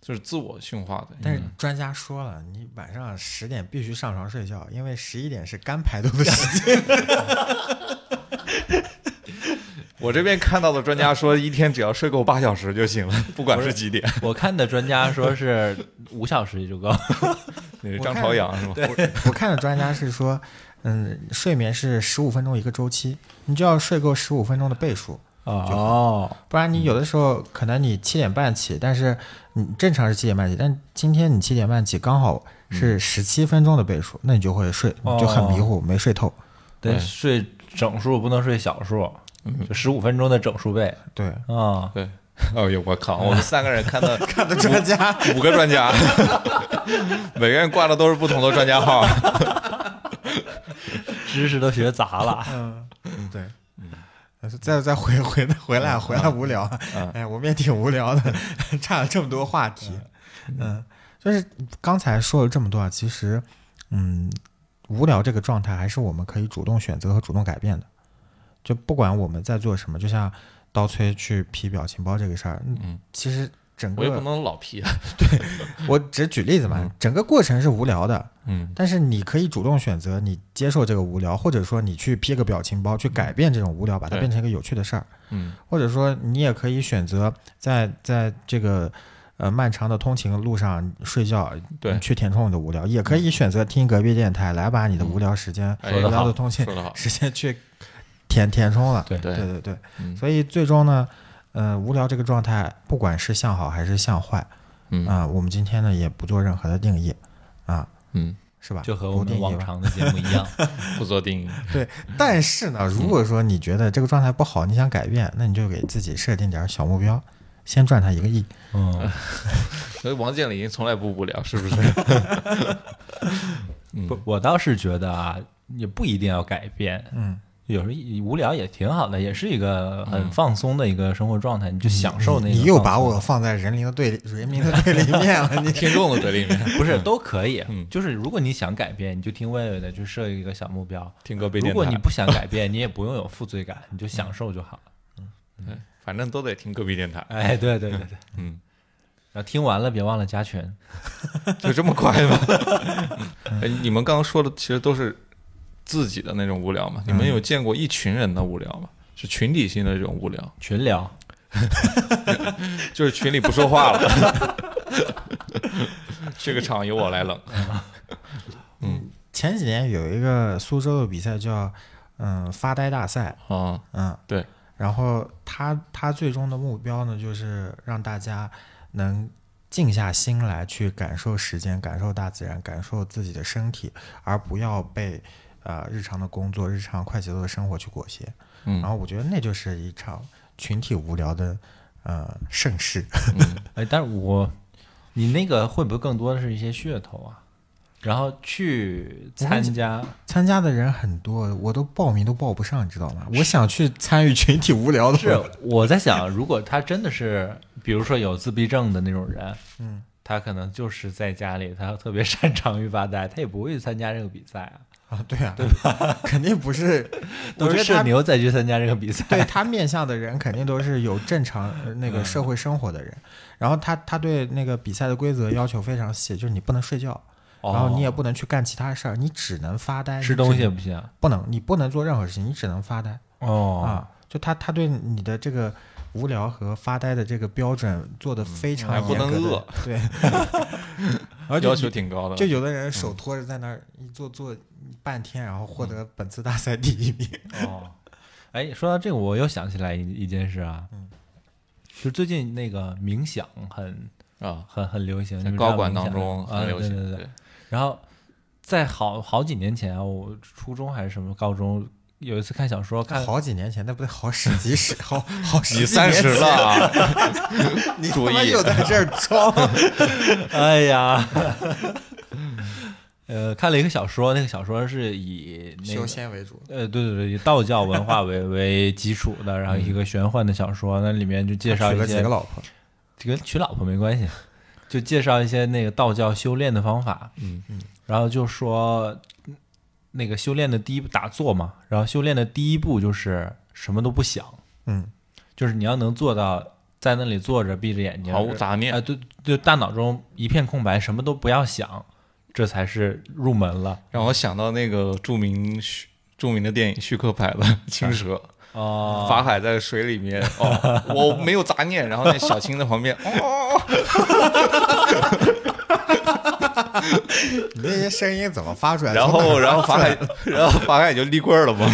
Speaker 5: 就是自我驯化的。
Speaker 3: 但是专家说了，你晚上十点必须上床睡觉，因为十一点是肝排毒的时间。
Speaker 5: 我这边看到的专家说，一天只要睡够八小时就行了，不管是几点。
Speaker 4: 我看的专家说是五小时也就够。
Speaker 5: 那是
Speaker 3: 我
Speaker 5: 张
Speaker 3: 看
Speaker 5: 朝阳是吗？对，
Speaker 3: 我看的专家是说，嗯，睡眠是十五分钟一个周期，你就要睡够十五分钟的倍数，
Speaker 4: 哦，
Speaker 3: 不然你有的时候可能你七点半起，但是你正常是七点半起，但今天你七点半起刚好是十七分钟的倍数，那你就会睡，你就很迷糊，没睡透。
Speaker 4: 得
Speaker 5: 对
Speaker 4: 睡整数，不能睡小数，
Speaker 5: 嗯
Speaker 4: 就十五分钟的整数倍
Speaker 3: 对，
Speaker 4: 啊。
Speaker 5: 对。 哎呦，我靠！我们三个人看的看的
Speaker 3: 专家
Speaker 5: 五个专家， 每个人挂的都是不同的专家号。
Speaker 4: 知识都学杂了。
Speaker 5: 嗯
Speaker 3: 对，呃再再回回回
Speaker 5: 嗯
Speaker 3: 来回来无聊，哎，我们也挺无聊的，差了这么多话题，嗯，就是刚才说了这么多啊，其实，嗯，无聊这个状态还是我们可以主动选择和主动改变的，就不管我们在做什么，就像刀崔去 P 表情包这个事儿，
Speaker 5: 嗯，
Speaker 3: 其实整
Speaker 5: 我也不嗯
Speaker 3: 个
Speaker 5: 能老批啊。
Speaker 3: 我只举例子嘛，整个过程是无聊的，
Speaker 5: 嗯
Speaker 3: 但是你可以主动选择你接受这个无聊，或者说你去 P 个表情包去改变这种无聊，把它
Speaker 5: 嗯对
Speaker 3: 变成一个有趣的事儿。
Speaker 5: 嗯
Speaker 3: 或者说你也可以选择在在这个呃漫长的通勤的路上睡觉，
Speaker 5: 对嗯
Speaker 3: 去填充你的无聊，也可以选择听隔壁电台来把你的无聊时间、
Speaker 5: 哎
Speaker 3: 无
Speaker 5: 说得
Speaker 3: 聊
Speaker 5: 好
Speaker 3: 的通勤
Speaker 5: 说得好
Speaker 3: 时间去填填充了。
Speaker 4: 对
Speaker 5: 对
Speaker 3: 对对对，
Speaker 5: 嗯
Speaker 3: 所以最终呢，呃，无聊这个状态，不管是向好还是向坏
Speaker 5: 嗯
Speaker 3: 啊、我们今天呢也不做任何的定义啊，
Speaker 5: 嗯，
Speaker 3: 是吧？
Speaker 4: 就和
Speaker 3: 不
Speaker 4: 我们
Speaker 3: 定义
Speaker 4: 往
Speaker 3: 吧
Speaker 4: 常的节目一 样，
Speaker 5: 不做定义。
Speaker 3: 对，但是
Speaker 4: 嗯
Speaker 3: 呢，如果说你觉得这个状态不好，你想改变，那你就给自己设定点儿小目标，先赚它一个亿。
Speaker 4: 嗯，
Speaker 5: 所以王健林从来不无聊，是不是？
Speaker 4: 不，我倒是觉得啊，也不一定要改变，
Speaker 3: 嗯，
Speaker 4: 有时候一无聊也挺好的，也是一个很放松的一个生活状嗯态，你就享受那个
Speaker 3: 你你又
Speaker 4: 放
Speaker 3: 把
Speaker 4: 松
Speaker 3: 我放在人民的对立人民的对立面了，你
Speaker 5: 听众的嘴里面
Speaker 4: 不是都可 以
Speaker 5: 嗯，
Speaker 4: 就是如果你想改变，你就听魏魏的，去设一个小目标。
Speaker 5: 听歌被
Speaker 4: 如
Speaker 5: 电
Speaker 4: 果
Speaker 5: 台
Speaker 4: 你，不想改 变，你也不用有负罪感，你就享受就好了。
Speaker 5: 对反正都得听隔壁电 台，
Speaker 4: 哎，对对对对，
Speaker 5: 嗯，
Speaker 4: 然后听完了别忘了加群。
Speaker 5: 就这么快吗？ 哎你们刚刚说的其实都是自己的那种无聊
Speaker 4: 嗯
Speaker 5: 嘛？你们有见过一群人的无聊吗？是群体性的这种无聊，
Speaker 4: 群聊，
Speaker 5: 就是群里不说话了。 这个场由我来冷，
Speaker 3: 前几年有一个苏州的比赛叫嗯发呆大赛，
Speaker 5: 啊，
Speaker 3: 嗯，
Speaker 5: 对。
Speaker 3: 然后他他最终的目标呢，就是让大家能静下心来去感受时间，感受大自然，感受自己的身体，而不要被呃日常的工作、日常快节奏的生活去裹挟。
Speaker 5: 嗯
Speaker 3: 然后我觉得那就是一场群体无聊的呃盛世。
Speaker 4: 哎，但是我你那个会不会更多的是一些噱头啊？然后去参加，
Speaker 3: 参加的人很多，我都报名都报不上，你知道吗？我想去参与群体无聊的活
Speaker 4: 是
Speaker 3: 动，
Speaker 4: 我在想，如果他真的是，比如说有自闭症的那种人，嗯，他可能就是在家里，他特别 擅长于发呆，他也不会去参加这个比赛啊。
Speaker 3: 啊， 对啊，对吧？肯定不是，我
Speaker 4: 都
Speaker 3: 觉
Speaker 4: 是
Speaker 3: 得
Speaker 4: 社
Speaker 3: 他
Speaker 4: 牛再去参加这个比
Speaker 3: 对
Speaker 5: 哎
Speaker 4: 赛，
Speaker 3: 他面向的人肯定都是有正常呃那
Speaker 5: 嗯
Speaker 3: 个社会生活的人，然后他他对那个比赛的规则要求非常细，就是你不能睡觉，
Speaker 5: 哦
Speaker 3: 然后你也不能去干其他事儿，你只能发呆，
Speaker 4: 吃
Speaker 3: 你只
Speaker 4: 东西也不行。
Speaker 3: 不能，你不能做任何事情，你只能发呆
Speaker 4: 哦
Speaker 3: 啊。就他他对你的这个无聊和发呆的这个标准做的非常
Speaker 5: 嗯还
Speaker 3: 严
Speaker 5: 不
Speaker 3: 格的，
Speaker 5: 能饿 嗯
Speaker 3: 对，而且
Speaker 5: 要
Speaker 3: 你
Speaker 5: 求挺高的。
Speaker 3: 就有的人手拖着在那儿一坐
Speaker 5: 嗯
Speaker 3: 坐半天，然后获得本次大赛第一名。
Speaker 4: 哦， 哎，说到这个，我又想起来一一件事啊，嗯，就最近那个冥想很
Speaker 5: 啊，
Speaker 4: 很很流行，你
Speaker 5: 在
Speaker 4: 们知
Speaker 5: 高
Speaker 4: 道
Speaker 5: 管
Speaker 4: 冥
Speaker 5: 当
Speaker 4: 想
Speaker 5: 中
Speaker 4: 啊
Speaker 5: 很流
Speaker 4: 对对
Speaker 5: 行。
Speaker 4: 对。然后在好好几年前啊，我初中还是什么高中，有一次看小说，看
Speaker 3: 好几年前，那不得好史几史，好好十
Speaker 5: 嗯你
Speaker 3: 几
Speaker 5: 三
Speaker 3: 年
Speaker 5: 十
Speaker 3: 前
Speaker 5: 了，啊，
Speaker 3: 你
Speaker 5: 注
Speaker 3: 他妈
Speaker 5: 意啊
Speaker 3: 又在这儿 装。
Speaker 4: 哎呀， 呃，看了一个小说，那个小说是以那
Speaker 3: 修
Speaker 4: 个
Speaker 3: 仙为主，
Speaker 4: 呃，对对对，以道教文化为为基础的，然后一个玄幻的小说，那里面就介绍
Speaker 3: 娶
Speaker 4: 一
Speaker 3: 了几
Speaker 4: 些
Speaker 3: 个老婆，
Speaker 4: 这跟娶老婆没关系，就介绍一些那个道教修炼的方法，
Speaker 5: 嗯
Speaker 4: 嗯，然后就说嗯那个修炼的第一步打坐嘛，然后修炼的第一步就是什么都不想，
Speaker 3: 嗯，
Speaker 4: 就是你要能做到在那里坐着闭着眼睛，
Speaker 5: 毫无杂
Speaker 4: 啊，
Speaker 5: 念，
Speaker 4: 对，就大脑中一片空白，什么都不要想，这才是入门了。
Speaker 5: 让我想到那个著名徐著名的电影徐克拍的《青蛇》。
Speaker 4: 哦
Speaker 5: 法海在水里 面，哦，我没有杂念，然后那小青在旁 边，哦，
Speaker 3: 你那些声音怎么发出来？
Speaker 5: 然
Speaker 3: 从哪
Speaker 5: 后
Speaker 3: 儿
Speaker 5: 然后法 海，然后法海就立棍儿了嘛，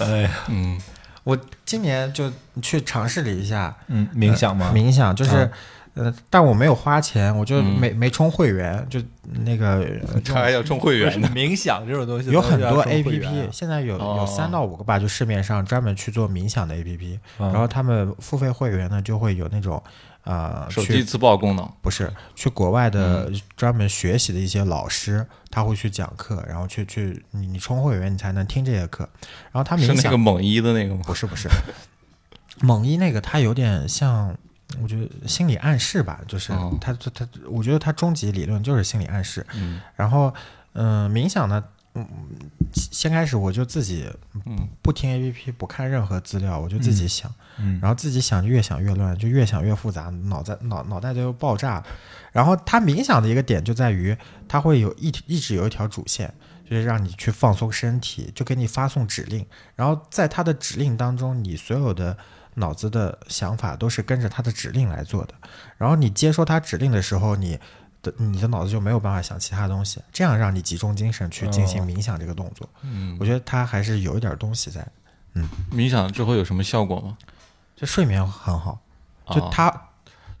Speaker 4: 哎呀，
Speaker 5: 嗯，
Speaker 3: 我今年就去尝试了一下
Speaker 4: 嗯，冥想吗？
Speaker 3: 冥想，就是。呃，但我没有花钱，我就
Speaker 5: 嗯
Speaker 3: 没、没充会员，就那个呃
Speaker 5: 他还要充会
Speaker 4: 不是
Speaker 5: 员呢，
Speaker 4: 冥想这种东西
Speaker 3: 有很多 A
Speaker 4: 都是
Speaker 3: P
Speaker 4: 要收
Speaker 3: P，现在有有
Speaker 5: 哦
Speaker 3: 三到五个吧，就市面上专门去做冥想的 A P P，
Speaker 4: 嗯
Speaker 3: 然后他们付费会员呢就会有那种呃
Speaker 5: 手
Speaker 3: 去
Speaker 5: 机自爆功能，
Speaker 3: 不是去国外的
Speaker 5: 嗯
Speaker 3: 专门学习的一些老师，他会去讲课，然后去去你你充会员你才能听这些课，然后他冥
Speaker 5: 是
Speaker 3: 想
Speaker 5: 那个猛一的那个吗？
Speaker 3: 不是不 是，猛一那个他有点像，我觉得心理暗示吧，就是
Speaker 5: 哦
Speaker 3: 他他他，我觉得他终极理论就是心理暗示。
Speaker 5: 嗯
Speaker 3: 然后，嗯、冥想呢，嗯，先开始我就自己
Speaker 5: 嗯
Speaker 3: 不听 A P P，不看任何资料，我就自己想，
Speaker 4: 嗯
Speaker 3: 然后自己想越想越乱，就越想越复杂，脑袋脑脑袋就爆炸了。然后他冥想的一个点就在于，他会有一一直有一条主线，就是让你去放松身体，就给你发送指令，然后在他的指令当中，你所有的脑子的想法都是跟着他的指令来做的。然后你接收他指令的时候，你的你的脑子就没有办法想其他东西，这样让你集中精神去进行
Speaker 4: 哦
Speaker 3: 冥想这个动作。
Speaker 5: 嗯
Speaker 3: 我，觉得他还是有一点东西在的，
Speaker 5: 冥想之后有什么效果吗？
Speaker 3: 就睡眠很好。就
Speaker 5: 啊
Speaker 3: 它，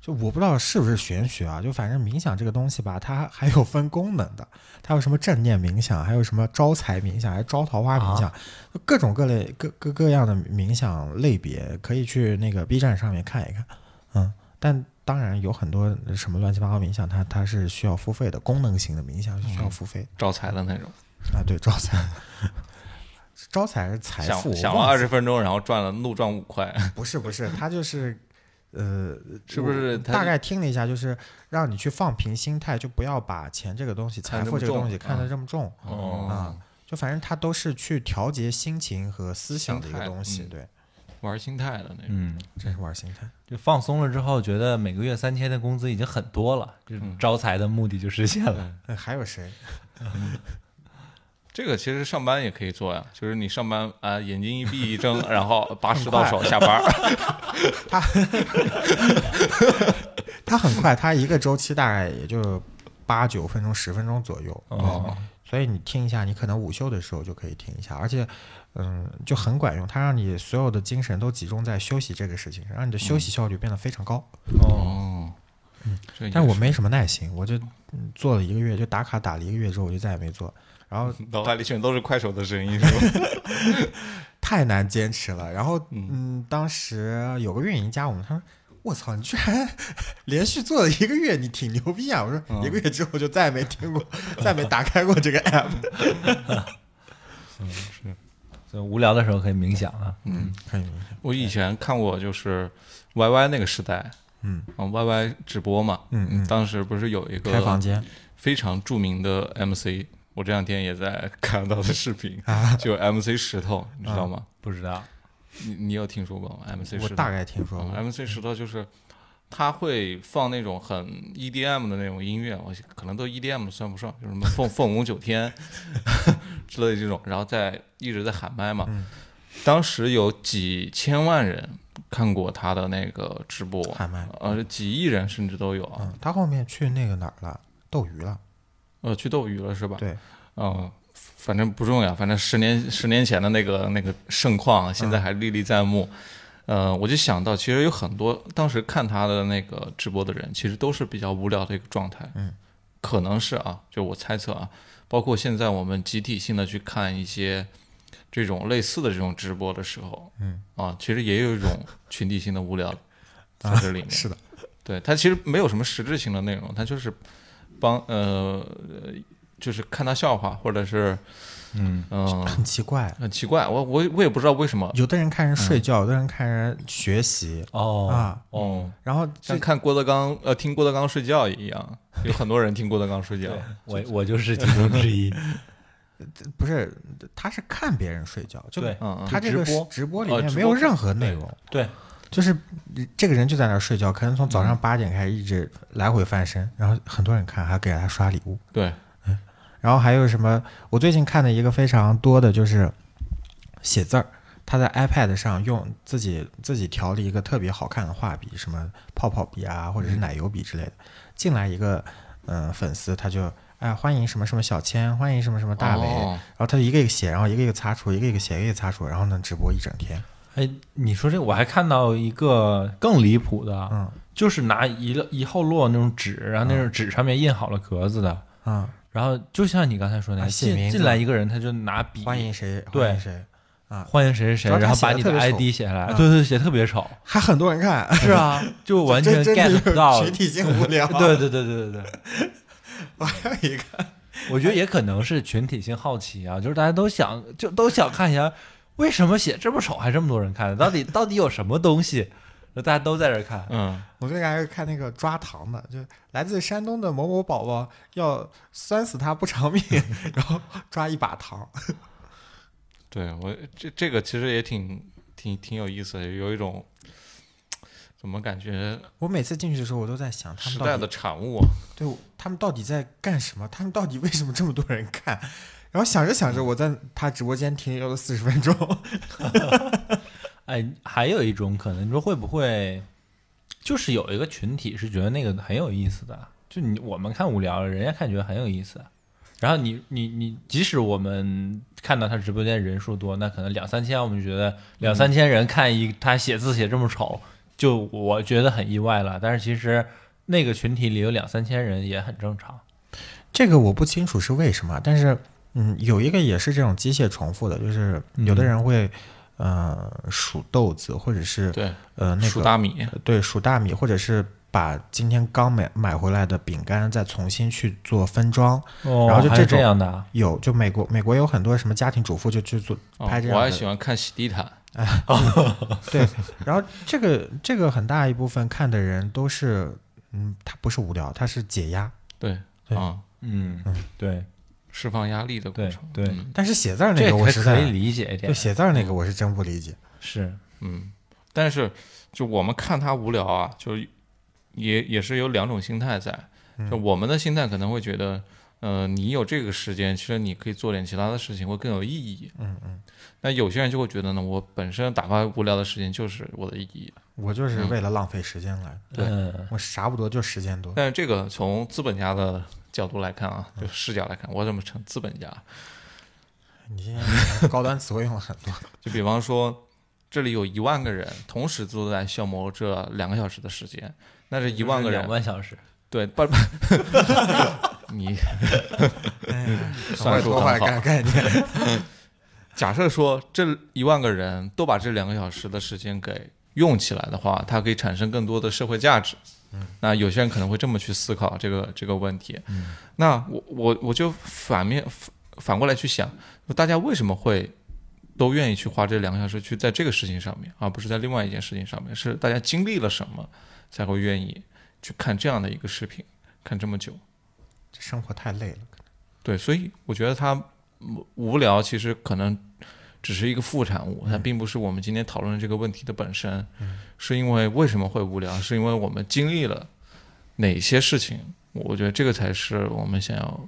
Speaker 3: 就我不知道是不是玄学啊，就反正冥想这个东西吧，它还有分功能的，它有什么正念冥想，还有什么招财冥想，还有招桃花冥
Speaker 5: 啊
Speaker 3: 想，就各种各类各各各样的冥想类别，可以去那个 B 站上面看一看，嗯，但。当然有很多什么乱七八糟冥想，它它是需要付费的，功能型的冥想是
Speaker 5: 嗯
Speaker 3: 需要付费
Speaker 5: 招财的那种，
Speaker 3: 的啊。对，招财， 招财是财富，
Speaker 5: 想
Speaker 3: 我
Speaker 5: 想了
Speaker 3: 忘
Speaker 5: 二
Speaker 3: 记
Speaker 5: 十分钟，然后赚了怒赚五块，
Speaker 3: 不是不是，他就是，呃，
Speaker 5: 是不是
Speaker 3: 我
Speaker 5: 他
Speaker 3: 大概听了一下，就是让你去放平心态，就不要把钱这个东西、
Speaker 5: 看
Speaker 3: 财
Speaker 5: 这
Speaker 3: 富
Speaker 5: 么
Speaker 3: 这个东
Speaker 5: 重啊
Speaker 3: 西看得这么重
Speaker 4: 哦
Speaker 5: 嗯
Speaker 3: 啊、就反正它都是去调节心情和思想的一个
Speaker 5: 态
Speaker 3: 东西，
Speaker 5: 嗯
Speaker 3: 对，
Speaker 5: 玩心态的那种，
Speaker 4: 嗯，
Speaker 3: 这是玩心态。
Speaker 4: 就放松了之后，觉得每个月三千的工资已经很多了，就
Speaker 3: 嗯
Speaker 4: 招财的目的就实现了。
Speaker 3: 呃还有 谁？
Speaker 5: 这个其实上班也可以做呀，就是你上班啊，眼睛一闭一 睁，然后把屎到手下班儿，
Speaker 3: 它很快，它一个周期大概也就八九分钟、十分钟左右。
Speaker 4: 哦，
Speaker 3: 所以你听一下，你可能午休的时候就可以听一下，而且，嗯，就很管用。它让你所有的精
Speaker 5: 嗯
Speaker 3: 神都集中在休息这个事情上，让你的休息效率变得非常高。
Speaker 4: 哦，
Speaker 5: 哦，嗯这也
Speaker 3: 但是我
Speaker 5: 是
Speaker 3: 没什么耐心，我就嗯做了一个月，就打卡打了一个月之后，我就再也没做，然后
Speaker 5: 脑海里全都是快手的声音，是吧？
Speaker 3: 太难坚持了。然后嗯，当时有个运营加我们，他说。我操！你居然 连续做了一个月，你挺牛逼啊！我说一个月之后就再也没听过，再也没打开过这个 app。
Speaker 4: 所以无聊的时候可以冥想啊。
Speaker 3: 嗯， 可以明
Speaker 5: 我以前看过就是 YY 那个时代，
Speaker 3: 嗯
Speaker 5: 啊，YY 直播嘛，
Speaker 3: 嗯嗯
Speaker 5: 当时不是有一个
Speaker 3: 开房间，
Speaker 5: 非常著名的 MC，我这两天也在看到的视频，就 MC 石头，你知道吗？
Speaker 4: 不知道，
Speaker 5: 你你有听说过吗？MC 石头，
Speaker 3: 我大概听说过。
Speaker 5: 嗯 MC 石头就是他会放那种很 EDM 的那种音乐，我可能都 EDM 算不上，就是什么凤凤舞九天 之类的这种，然后在一直在喊麦嘛。
Speaker 3: 嗯
Speaker 5: 当时有几千万人看过他的那个直播
Speaker 3: 喊麦，
Speaker 5: 呃，几亿人甚至都有啊。
Speaker 3: 嗯，他后面去那个哪儿了？斗鱼了。
Speaker 5: 呃，去斗鱼了是吧？
Speaker 3: 对，
Speaker 5: 嗯，反正不重要，反正十年十年前的那个那个盛况，现
Speaker 3: 嗯
Speaker 5: 在还历历在目。呃，我就想到，其实有很多当时看他的那个直播的人，其实都是比较无聊的一个状态。
Speaker 3: 嗯，
Speaker 5: 可能是啊，就我猜测啊，包括现在我们集体性的去看一些这种类似的这种直播的时候，
Speaker 3: 嗯，啊
Speaker 5: 啊，其实也有一种群体性的无聊在这里 面。
Speaker 3: 是的，
Speaker 5: 对，它其实没有什么实质性的内容，它就是帮呃，呃就是看他笑话，或者是
Speaker 4: 嗯，
Speaker 5: 嗯、
Speaker 3: 很奇怪。
Speaker 5: 很奇怪，我我我也不知道为什么
Speaker 3: 有的人看人睡觉，有的人看人学习
Speaker 4: 哦，
Speaker 3: 啊，
Speaker 5: 哦，
Speaker 3: 然后
Speaker 5: 像
Speaker 3: 这
Speaker 5: 看郭德纲呃听郭德纲睡觉一样，有很多人听郭德纲睡觉，
Speaker 4: 我我就是其中之一。
Speaker 3: 不是他是看别人睡觉，就
Speaker 4: 对
Speaker 5: 嗯嗯
Speaker 3: 他这
Speaker 4: 就
Speaker 3: 个
Speaker 4: 直播
Speaker 3: 直播里
Speaker 5: 呃
Speaker 3: 面
Speaker 5: 直
Speaker 3: 没有
Speaker 5: 播
Speaker 3: 任何内容，
Speaker 4: 对，
Speaker 3: 就是这个人就在那儿睡觉，可能从早
Speaker 4: 嗯
Speaker 3: 上八点开始一直来回翻身，然后很多人看还给他刷礼物，
Speaker 5: 对，
Speaker 3: 然后还有什么？我最近看的一个非常多的就是写字儿，他在 iPad 上用自己自己调了一个特别好看的画笔，什么泡泡笔啊，或者
Speaker 4: 嗯
Speaker 3: 是奶油笔之类的。进来一个嗯、呃粉丝，他就哎欢迎什么什么小千，欢迎什么什么大伟，
Speaker 5: 哦
Speaker 3: 然后他就一个一个写，然后一个一个擦除，一个一个写，一个一个擦除，然后呢直播一整天。
Speaker 4: 哎，你说这个我还看到一个更离谱的，啊
Speaker 3: 嗯
Speaker 4: 就是拿一摞一厚摞那种纸，然后那种纸上面印好了格子的，
Speaker 3: 啊、
Speaker 4: 然后就像你刚才说的那
Speaker 3: 啊
Speaker 4: 样，
Speaker 3: 写
Speaker 4: 进
Speaker 3: 名字
Speaker 4: 进来一个人，他就拿笔
Speaker 3: 欢迎谁？
Speaker 4: 对
Speaker 3: 欢迎谁？
Speaker 4: 欢迎谁谁
Speaker 3: 主要他
Speaker 4: 谁，然后把
Speaker 3: 写得
Speaker 4: 你
Speaker 3: 特
Speaker 4: 的
Speaker 3: 别丑
Speaker 4: ID 写下来，
Speaker 3: 嗯
Speaker 4: 对对，写得特 别丑，
Speaker 3: 还很多人看，
Speaker 4: 是啊，就完全
Speaker 3: 这真的
Speaker 4: get 不到
Speaker 3: 有，群体啊性无聊。
Speaker 4: 对，对对对对对，
Speaker 3: 我还有一个。
Speaker 4: 我觉得也可能是群体性好奇啊，就是大家都想就都想看一下，为什么写这么丑还这么多人看？到底到底有什么东西？就大家都在这儿看，
Speaker 5: 嗯，
Speaker 3: 我最近还是看那个抓糖的，就来自山东的某某宝宝要酸死他不偿 命，然后抓一把糖。
Speaker 5: 对我这这个其实也挺挺挺有意思的，有一种怎么感觉
Speaker 3: 我每次进去的时候，我都在想他
Speaker 5: 时
Speaker 3: 们
Speaker 5: 代
Speaker 3: 到
Speaker 5: 的
Speaker 3: 底
Speaker 5: 产物啊，
Speaker 3: 对我他们到底在干什么？他们到底为什么这么多人看？然后想着想着，我在他直播间停留了四十分钟。
Speaker 4: 哎，还有一种可能，你说会不会就是有一个群体是觉得那个很有意思的，就你我们看无聊，人家看觉得很有意思，然后你你你，即使我们看到他直播间人数多，那可能两三千，我们觉得两三千人看一他写字写这么丑，就我觉得很意外了。但是其实那个群体里有两三千人也很正常。
Speaker 3: 这个我不清楚是为什么，但是嗯，有一个也是这种机械重复的，就是
Speaker 4: 嗯
Speaker 3: 有的人会、呃数豆子，或者是
Speaker 5: 对，
Speaker 3: 呃那个
Speaker 5: 数大米，
Speaker 3: 对，数大米，或者是把今天刚买买回来的饼干再重新去做分装。
Speaker 4: 哦
Speaker 3: 然后就
Speaker 4: 还是
Speaker 3: 这种
Speaker 4: 这样的啊，
Speaker 3: 有，就美国美国有很多什么家庭主妇就去做
Speaker 5: 哦
Speaker 3: 拍这
Speaker 5: 我
Speaker 3: 样
Speaker 5: 还
Speaker 3: 的，
Speaker 5: 喜欢看洗地毯，
Speaker 3: 对。然后这个这个很大一部分看的人都是，嗯，他不是无聊，他是解压。
Speaker 5: 对
Speaker 3: 对
Speaker 5: 啊、
Speaker 4: 嗯，对
Speaker 5: 释放压力的过
Speaker 4: 对
Speaker 5: 程。
Speaker 4: 对，
Speaker 5: 嗯
Speaker 3: 但是写字儿那
Speaker 4: 这
Speaker 3: 个我
Speaker 4: 可
Speaker 3: 实
Speaker 4: 可以
Speaker 3: 在，
Speaker 4: 理解嗯
Speaker 3: 对
Speaker 4: 一点，
Speaker 3: 写字儿那个我是真不理解。
Speaker 4: 是
Speaker 5: 嗯，但是就我们看他无聊啊，就是也也是有两种心态在。就我们的心态可能会觉得，呃，你有这个时间，其实你可以做点其他的事情，会更有意义。嗯嗯。那有些人就会觉得呢，我本身打发无聊的时间就是我的意义。
Speaker 3: 我就是为了浪费时间来的，
Speaker 5: 对
Speaker 4: 嗯
Speaker 3: 我啥不多，就时间多。
Speaker 5: 但是这个从资本家的角度来看啊，就视角来看，我怎么成资本家？
Speaker 3: 你今天高端词汇用了很 多，
Speaker 5: 就比方说，这里有一万个人同时都在消磨这两个小时的时间，那这一万个人
Speaker 4: 两万小时，
Speaker 5: 对，把 你算术
Speaker 3: 头发
Speaker 5: 很好。
Speaker 3: 干干净。
Speaker 5: 假设说这一万个人都把这两个小时的时间给用起来的话，它可以产生更多的社会价值。那有些人可能会这么去思考这个这个问题。那我我我就反面反反过来去想，大家为什么会都愿意去花这两个小时去在这个事情上面，而不是在另外一件事情上面？是大家经历了什么才会愿意去看这样的一个视频，看这么久？
Speaker 3: 生活太累了，
Speaker 5: 对，所以我觉得它无无聊其实可能只是一个副产物，它并不是我们今天讨论的这个问题的本身。是因为为什么会无聊？是因为我们经历了哪些事情？我觉得这个才是我们想要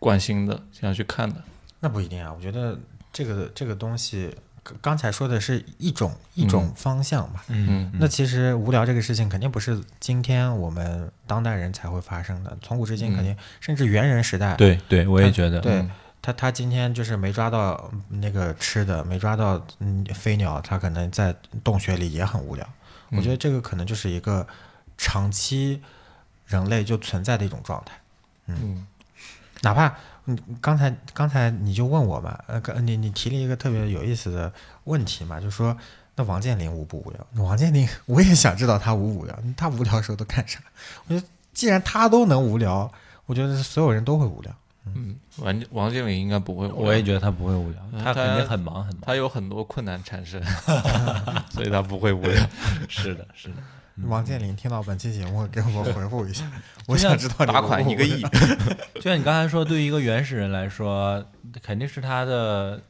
Speaker 5: 关心的、想要去看的。
Speaker 3: 那不一定啊。我觉得这个这个东西，刚刚才说的是一种一种方向吧。
Speaker 5: 嗯
Speaker 3: 那其实无聊这个事情肯定不是今天我们当代人才会发生的，从古至
Speaker 5: 嗯
Speaker 3: 今肯定，甚至猿人时代，
Speaker 4: 对对，我也觉得，
Speaker 3: 对他他今天就是没抓到那个吃的，没抓到嗯飞鸟，他可能在洞穴里也很无聊。我觉得这个可能就是一个长期人类就存在的一种状态，
Speaker 5: 嗯
Speaker 3: 哪怕嗯刚才刚才你就问我嘛，呃，刚你你提了一个特别有意思的问题嘛，就说那王健林无不无聊？那王健林我也想知道他无无聊，他无聊的时候都干啥？我觉得既然他都能无聊，我觉得所有人都会无聊。
Speaker 5: 嗯，王王健林应该不会，
Speaker 4: 我也觉得他不会无聊，
Speaker 5: 嗯
Speaker 4: 他
Speaker 5: 他
Speaker 4: 肯定很忙很忙。
Speaker 5: 他有很多困难产生，所以他不会无聊。
Speaker 4: 是的，是的，
Speaker 3: 王健林听到本期节目，给我回复 一下，我
Speaker 4: 就像
Speaker 3: 想知道你
Speaker 5: 打
Speaker 3: 无
Speaker 5: 款
Speaker 3: 不
Speaker 5: 一个
Speaker 3: 无聊
Speaker 5: 亿。
Speaker 4: 就像你刚才说，对于一个原始人来说，肯定是他的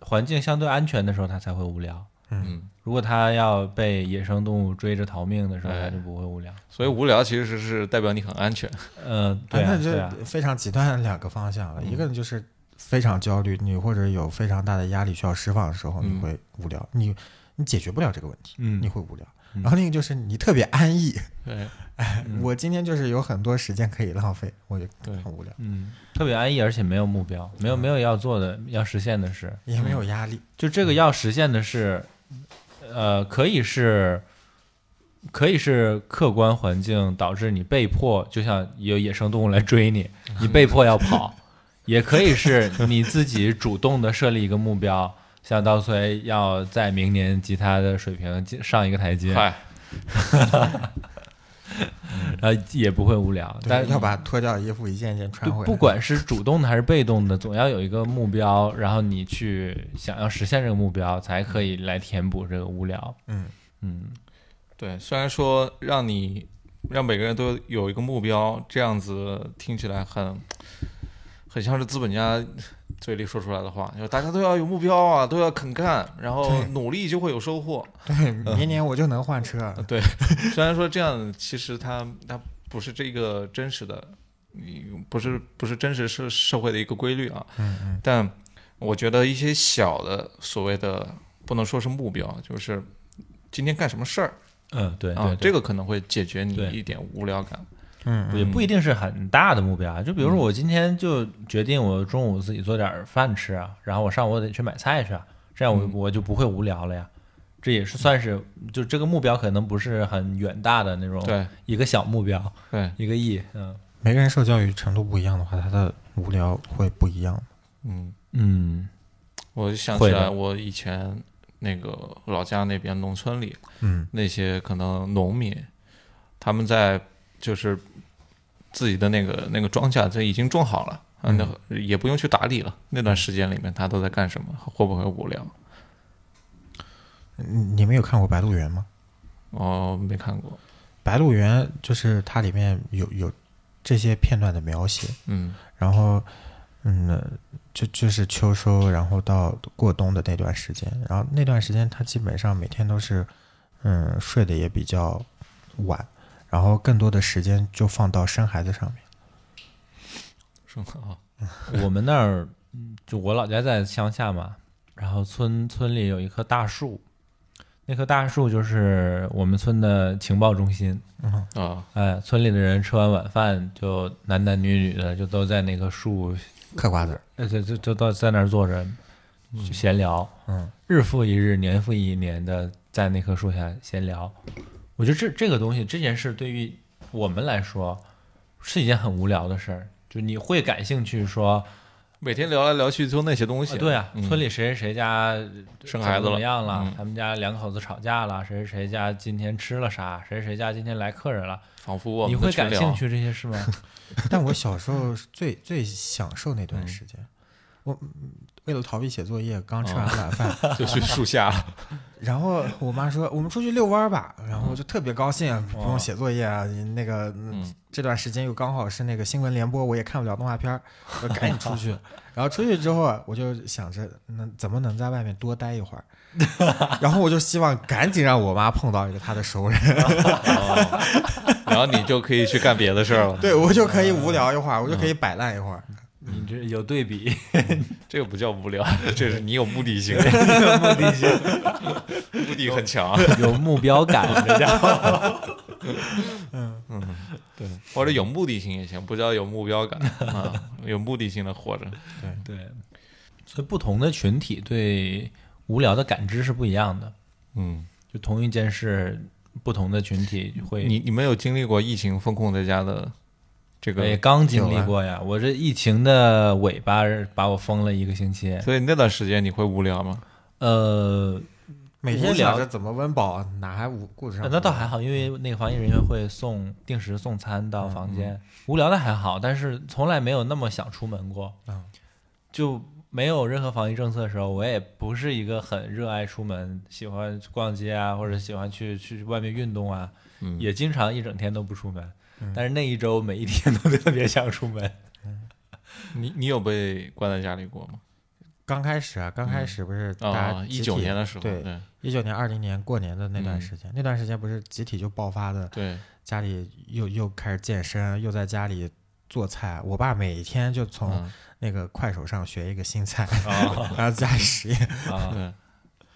Speaker 4: 环境相对安全的时候，他才会无聊。
Speaker 5: 嗯，
Speaker 4: 如果他要被野生动物追着逃命的时候，
Speaker 5: 哎
Speaker 4: 他就不会无聊。
Speaker 5: 所以无聊其实是代表你很安全。
Speaker 4: 呃，对
Speaker 3: 哎
Speaker 4: 啊，
Speaker 3: 那
Speaker 4: 对啊，嗯
Speaker 3: 这非常极端的两个方向了，一个就是非常焦虑，你或者有非常大的压力需要释放的时候，你
Speaker 5: 嗯
Speaker 3: 会无聊，你你解决不了这个问题，
Speaker 4: 嗯嗯
Speaker 3: 你会无聊。然后另一个就是你特别安逸，
Speaker 5: 对，
Speaker 3: 哎，我今天就是有很多时间可以浪费，我就
Speaker 5: 对
Speaker 3: 很无聊，
Speaker 4: 嗯，特别安逸，而且没有目标，没
Speaker 5: 嗯
Speaker 4: 有没有要做的、要实现的事。
Speaker 3: 也没有压力。
Speaker 4: 就这个要实现的是，呃，可以是，可以是客观环境导致你被迫，就像有野生动物来追你，你被迫要跑；也可以是你自己主动的设立一个目标，像稻穗要在明年吉他的水平进上一个台阶，
Speaker 5: 嗨，
Speaker 4: 呃，也不会无聊。
Speaker 3: 对
Speaker 4: 但
Speaker 3: 要把脱掉的衣服一件一件穿
Speaker 4: 就
Speaker 3: 回来。
Speaker 4: 嗯不管是主动的还是被动的，总要有一个目标，然后你去想要实现这个目标，才可以来填补这个无聊。
Speaker 3: 嗯
Speaker 4: 嗯。
Speaker 5: 对，虽然说让你让每个人都有一个目标，这样子听起来很很像是资本家嘴里说出来的话，就大家都要有目标啊，都要肯干，然后
Speaker 3: 对
Speaker 5: 努力就会有收获。
Speaker 3: 对，
Speaker 4: 嗯
Speaker 3: 明年我就能换车。
Speaker 5: 对，虽然说这样，其实它它不是这个真实的，你不是不是真实社社会的一个规律啊。
Speaker 3: 嗯嗯
Speaker 5: 但我觉得一些小的所谓的不能说是目标，就是今天干什么事儿
Speaker 4: 嗯，对
Speaker 5: 啊
Speaker 4: 对，，
Speaker 5: 这
Speaker 4: 个
Speaker 5: 个可能会解决你
Speaker 4: 对
Speaker 5: 一点无聊感。
Speaker 3: 嗯
Speaker 4: 也不一定是很大的目标啊。就
Speaker 5: 嗯
Speaker 4: 比如说，我今天就决定我中午自己做点儿饭吃啊，然后我上午我得去买菜去啊，这样我
Speaker 5: 嗯
Speaker 4: 我就不会无聊了呀。这也是算是就这个目标可能不是很远大的那种，
Speaker 5: 对，
Speaker 4: 一个小目标，
Speaker 5: 对，
Speaker 4: 一个亿，嗯
Speaker 3: 每个人受教育程度不一样的话，他的无聊会不一样。
Speaker 5: 嗯，
Speaker 4: 嗯
Speaker 5: 我就想起
Speaker 4: 会的
Speaker 5: 来我以前那个老家那边农村里
Speaker 3: 嗯
Speaker 5: 那些可能农民，他们在就是自己的那个那个庄稼这已经种好了，
Speaker 4: 嗯
Speaker 5: 啊，那也不用去打理了。那段时间里面，他都在干什么？会不会无聊？
Speaker 3: 你你们有看过《白鹿原》吗？
Speaker 5: 哦，没看过。
Speaker 3: 《白鹿原》就是它里面有有这些片段的描写，
Speaker 5: 嗯
Speaker 3: 然后嗯，就就是秋收，然后到过冬的那段时间，然后那段时间他基本上每天都是嗯睡得也比较晚，然后更多的时间就放到生孩子上面。
Speaker 5: 说
Speaker 4: 哦
Speaker 5: 啊，
Speaker 4: 我们那儿嗯就我老家在乡下嘛，然后村村里有一棵大树，那棵大树就是我们村的情报中心，
Speaker 5: 啊，
Speaker 4: 哎，村里的人吃完晚饭就男男女女的就都在那个树，
Speaker 3: 嗑瓜子儿，
Speaker 4: 呃，就就就都在那儿坐着就闲聊，
Speaker 3: 嗯，
Speaker 4: 日复一日，年复一年的在那棵树下闲聊。我觉得这这个东西这件事对于我们来说，是一件很无聊的事儿，就你会感兴趣说，
Speaker 5: 每天聊来聊去就那些东西。
Speaker 4: 啊对啊，
Speaker 5: 嗯
Speaker 4: 村里谁谁谁家
Speaker 5: 生孩子
Speaker 4: 怎么
Speaker 5: 了
Speaker 4: 样了？
Speaker 5: 嗯
Speaker 4: 他们家两口子吵架了，谁谁谁家今天吃了啥？谁谁谁家今天来客人了？
Speaker 5: 仿佛我
Speaker 4: 你
Speaker 5: 们
Speaker 4: 会
Speaker 5: 的群
Speaker 4: 感
Speaker 5: 聊
Speaker 4: 兴趣这些事吗？
Speaker 3: 但我小时 候是最最享受那段时间，我嗯为了逃避写作业，刚吃完晚饭，
Speaker 5: 就去树下了。
Speaker 3: 然后我妈说我们出去遛弯儿吧，然后我就特别高兴，不用写作业啊，那个、嗯
Speaker 5: 嗯
Speaker 3: 这段时间又刚好是那个新闻联播，我也看不了动画片儿，我就赶紧 出去。然后出去之后啊，我就想着能怎么能在外面多待一会 儿，然后我就希望赶紧让我妈碰到一个她的熟人，
Speaker 5: 然后你就可以去干别的事儿了。
Speaker 3: 对我就可以无聊一会儿，我就
Speaker 5: 嗯
Speaker 3: 可以摆烂一会儿。
Speaker 4: 你这有对比，
Speaker 5: 这个不叫 无聊，这是你有目的性，
Speaker 4: 目的性，
Speaker 5: 目的很强，
Speaker 4: 有目标 感，这家伙。
Speaker 5: 或者有目的性也行，不叫有目标感啊，有目的性的活着。
Speaker 4: 对，所以不同的群体对无聊的感知是不一样的。
Speaker 5: 嗯，
Speaker 4: 就同一件事，不同的群体会。
Speaker 5: 你你们有经历过疫情封控在家的这
Speaker 4: 我也
Speaker 5: 个？
Speaker 4: 刚经历过呀，我这疫情的尾巴把我封了一个星期。
Speaker 5: 所以那段时间你会无聊吗？
Speaker 4: 呃，
Speaker 3: 每天
Speaker 4: 无聊
Speaker 3: 想着怎么温饱，哪还无顾得
Speaker 5: 呃
Speaker 3: 上？
Speaker 4: 呃那倒还好，因为那个防疫人员会送定时送餐到房间，无聊的还好，但是从来没有那么想出门过。
Speaker 3: 嗯
Speaker 4: 就没有任何防疫政策的时候，我也不是一个很热爱出门、喜欢逛街啊，或者喜欢去去外面运动啊，
Speaker 5: 嗯
Speaker 4: 也经常一整天都不出门。但是那一周每一天都特别想出门，
Speaker 5: 你你有被关在家里过吗？
Speaker 3: 刚开始啊，刚开始不是大家
Speaker 5: 啊，
Speaker 3: 集
Speaker 5: 一
Speaker 3: 体
Speaker 5: 九年的时候，
Speaker 3: 对
Speaker 5: 对
Speaker 3: 一九年、二零年过年的那段
Speaker 5: 嗯
Speaker 3: 时间，那段时间不是集体就爆发的，
Speaker 5: 对，
Speaker 3: 家里又又开始健身，又在家里做菜。我爸每天就从
Speaker 5: 嗯哦
Speaker 3: 那个快手上学一个新菜，
Speaker 4: 啊
Speaker 3: 然后在家里实验。
Speaker 4: 啊！
Speaker 5: 嗯对。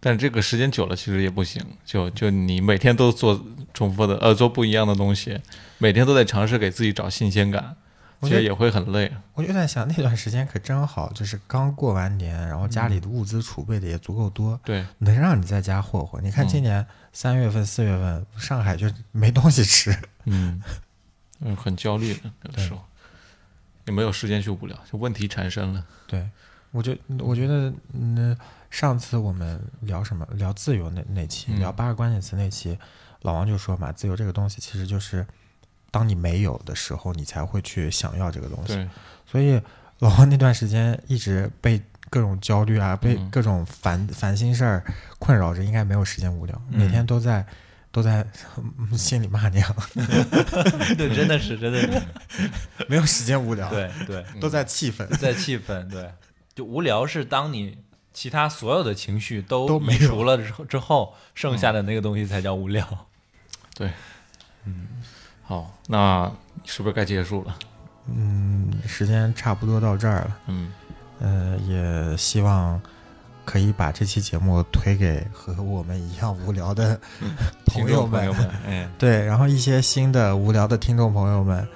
Speaker 5: 但这个时间久了其实也不行，就就你每天都做重复的，呃，做不一样的东西，每天都在尝试给自己找新鲜感，
Speaker 3: 我
Speaker 5: 其
Speaker 3: 觉得
Speaker 5: 实也会很累。
Speaker 3: 我就在想，那段时间可真好，就是刚过完年，然后家里
Speaker 5: 嗯
Speaker 3: 的物资储备的也足够多，
Speaker 5: 对，
Speaker 3: 能让你在家霍霍。你看
Speaker 5: 嗯
Speaker 3: 今年三月份、四月份，上海就没东西吃，
Speaker 5: 嗯，嗯，很焦虑的有时候，也没有时间去无聊，就问题缠身了。
Speaker 3: 对，我觉我觉得，嗯，上次我们聊什么？聊自由那那期，
Speaker 5: 嗯
Speaker 3: 聊八个关键词那期，老王就说嘛，自由这个东西其实就是，当你没有的时候，你才会去想要这个东西。
Speaker 5: 对，
Speaker 3: 所以老王那段时间一直被各种焦虑啊，被
Speaker 5: 嗯
Speaker 3: 各种烦烦心事儿困扰着，应该没有时间无聊，
Speaker 5: 嗯
Speaker 3: 每天都在都在嗯心里骂娘，
Speaker 4: 对，真的是，真的是，
Speaker 3: 没有时间无聊，
Speaker 4: 对对，
Speaker 3: 都
Speaker 5: 嗯
Speaker 3: 在气愤。
Speaker 4: 在气氛，对，就无聊是当你其他所有的情绪
Speaker 3: 都
Speaker 4: 都
Speaker 3: 没
Speaker 4: 移
Speaker 3: 有
Speaker 4: 除了之后，之后剩下的那个东西才叫无聊。
Speaker 5: 好，那是不是该结束了？
Speaker 3: 嗯，时间差不多到这儿了。
Speaker 5: 嗯，
Speaker 3: 呃，也希望可以把这期节目推给和我们一样无聊的
Speaker 5: 听
Speaker 3: 朋友
Speaker 5: 众
Speaker 3: 们，
Speaker 5: 朋友们，哎，
Speaker 3: 对，然后一些新的无聊的听众朋友们，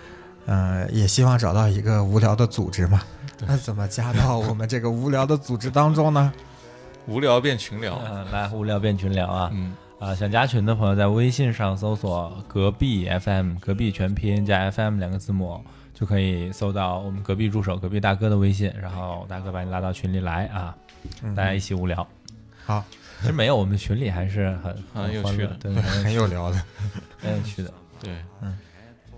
Speaker 3: 呃，也希望找到一个无聊的组织嘛。那怎么加到我们这个无聊的组织当中呢？
Speaker 5: 无聊变群聊。
Speaker 4: 嗯、来无聊变群聊啊！
Speaker 5: 嗯，
Speaker 4: 啊，想加群的朋友在微信上搜索“隔壁 FM”，隔壁全拼加 FM 两个字母，就可以搜到我们隔壁助手、隔壁大哥的微信，然后大哥把你拉到群里来啊，大家一起无聊。
Speaker 3: 好，
Speaker 4: 其实没有，我们群里还是很
Speaker 5: 很有
Speaker 4: 欢
Speaker 5: 趣
Speaker 4: 乐
Speaker 5: 的
Speaker 4: 对，
Speaker 3: 很有聊的。
Speaker 4: 很有趣的。
Speaker 5: 对，嗯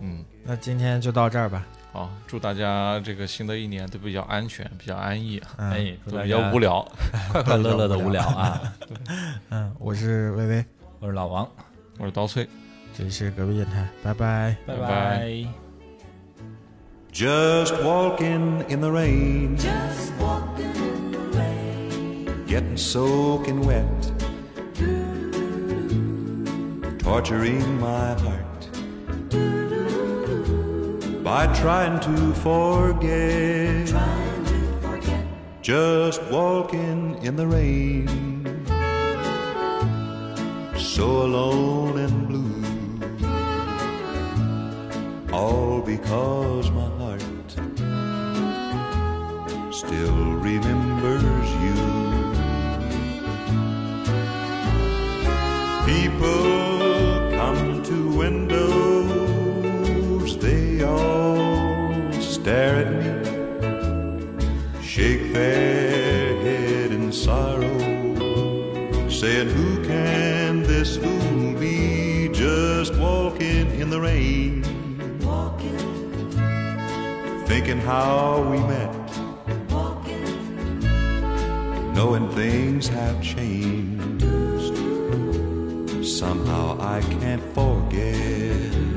Speaker 5: 嗯，
Speaker 3: 那今天就到这儿吧。
Speaker 5: 好，祝大家这个新的一年都比较安全，比较安逸，啊
Speaker 3: 嗯、
Speaker 4: 哎，祝
Speaker 5: 都
Speaker 4: 大
Speaker 5: 比
Speaker 4: 家
Speaker 5: 较无，聊。
Speaker 4: 快快乐乐的无聊啊！
Speaker 3: 嗯，我是薇薇，
Speaker 4: 我是老王，
Speaker 5: 我是刀崔。
Speaker 3: 这里是隔壁电台，拜拜。
Speaker 5: 拜
Speaker 4: 拜
Speaker 6: Just walking in the rain. Just walking in the rain. Getting soaking wet. Torturing my heart. By trying to forget. Just walking in the rain. So alone and blue all because my heart still remembers you. People come to windows, they they all stare at me, shake their head in sorrow, saying, Who can this fool be just walking in the rain? Thinking how we met, knowing things have changed. Somehow I can't forget.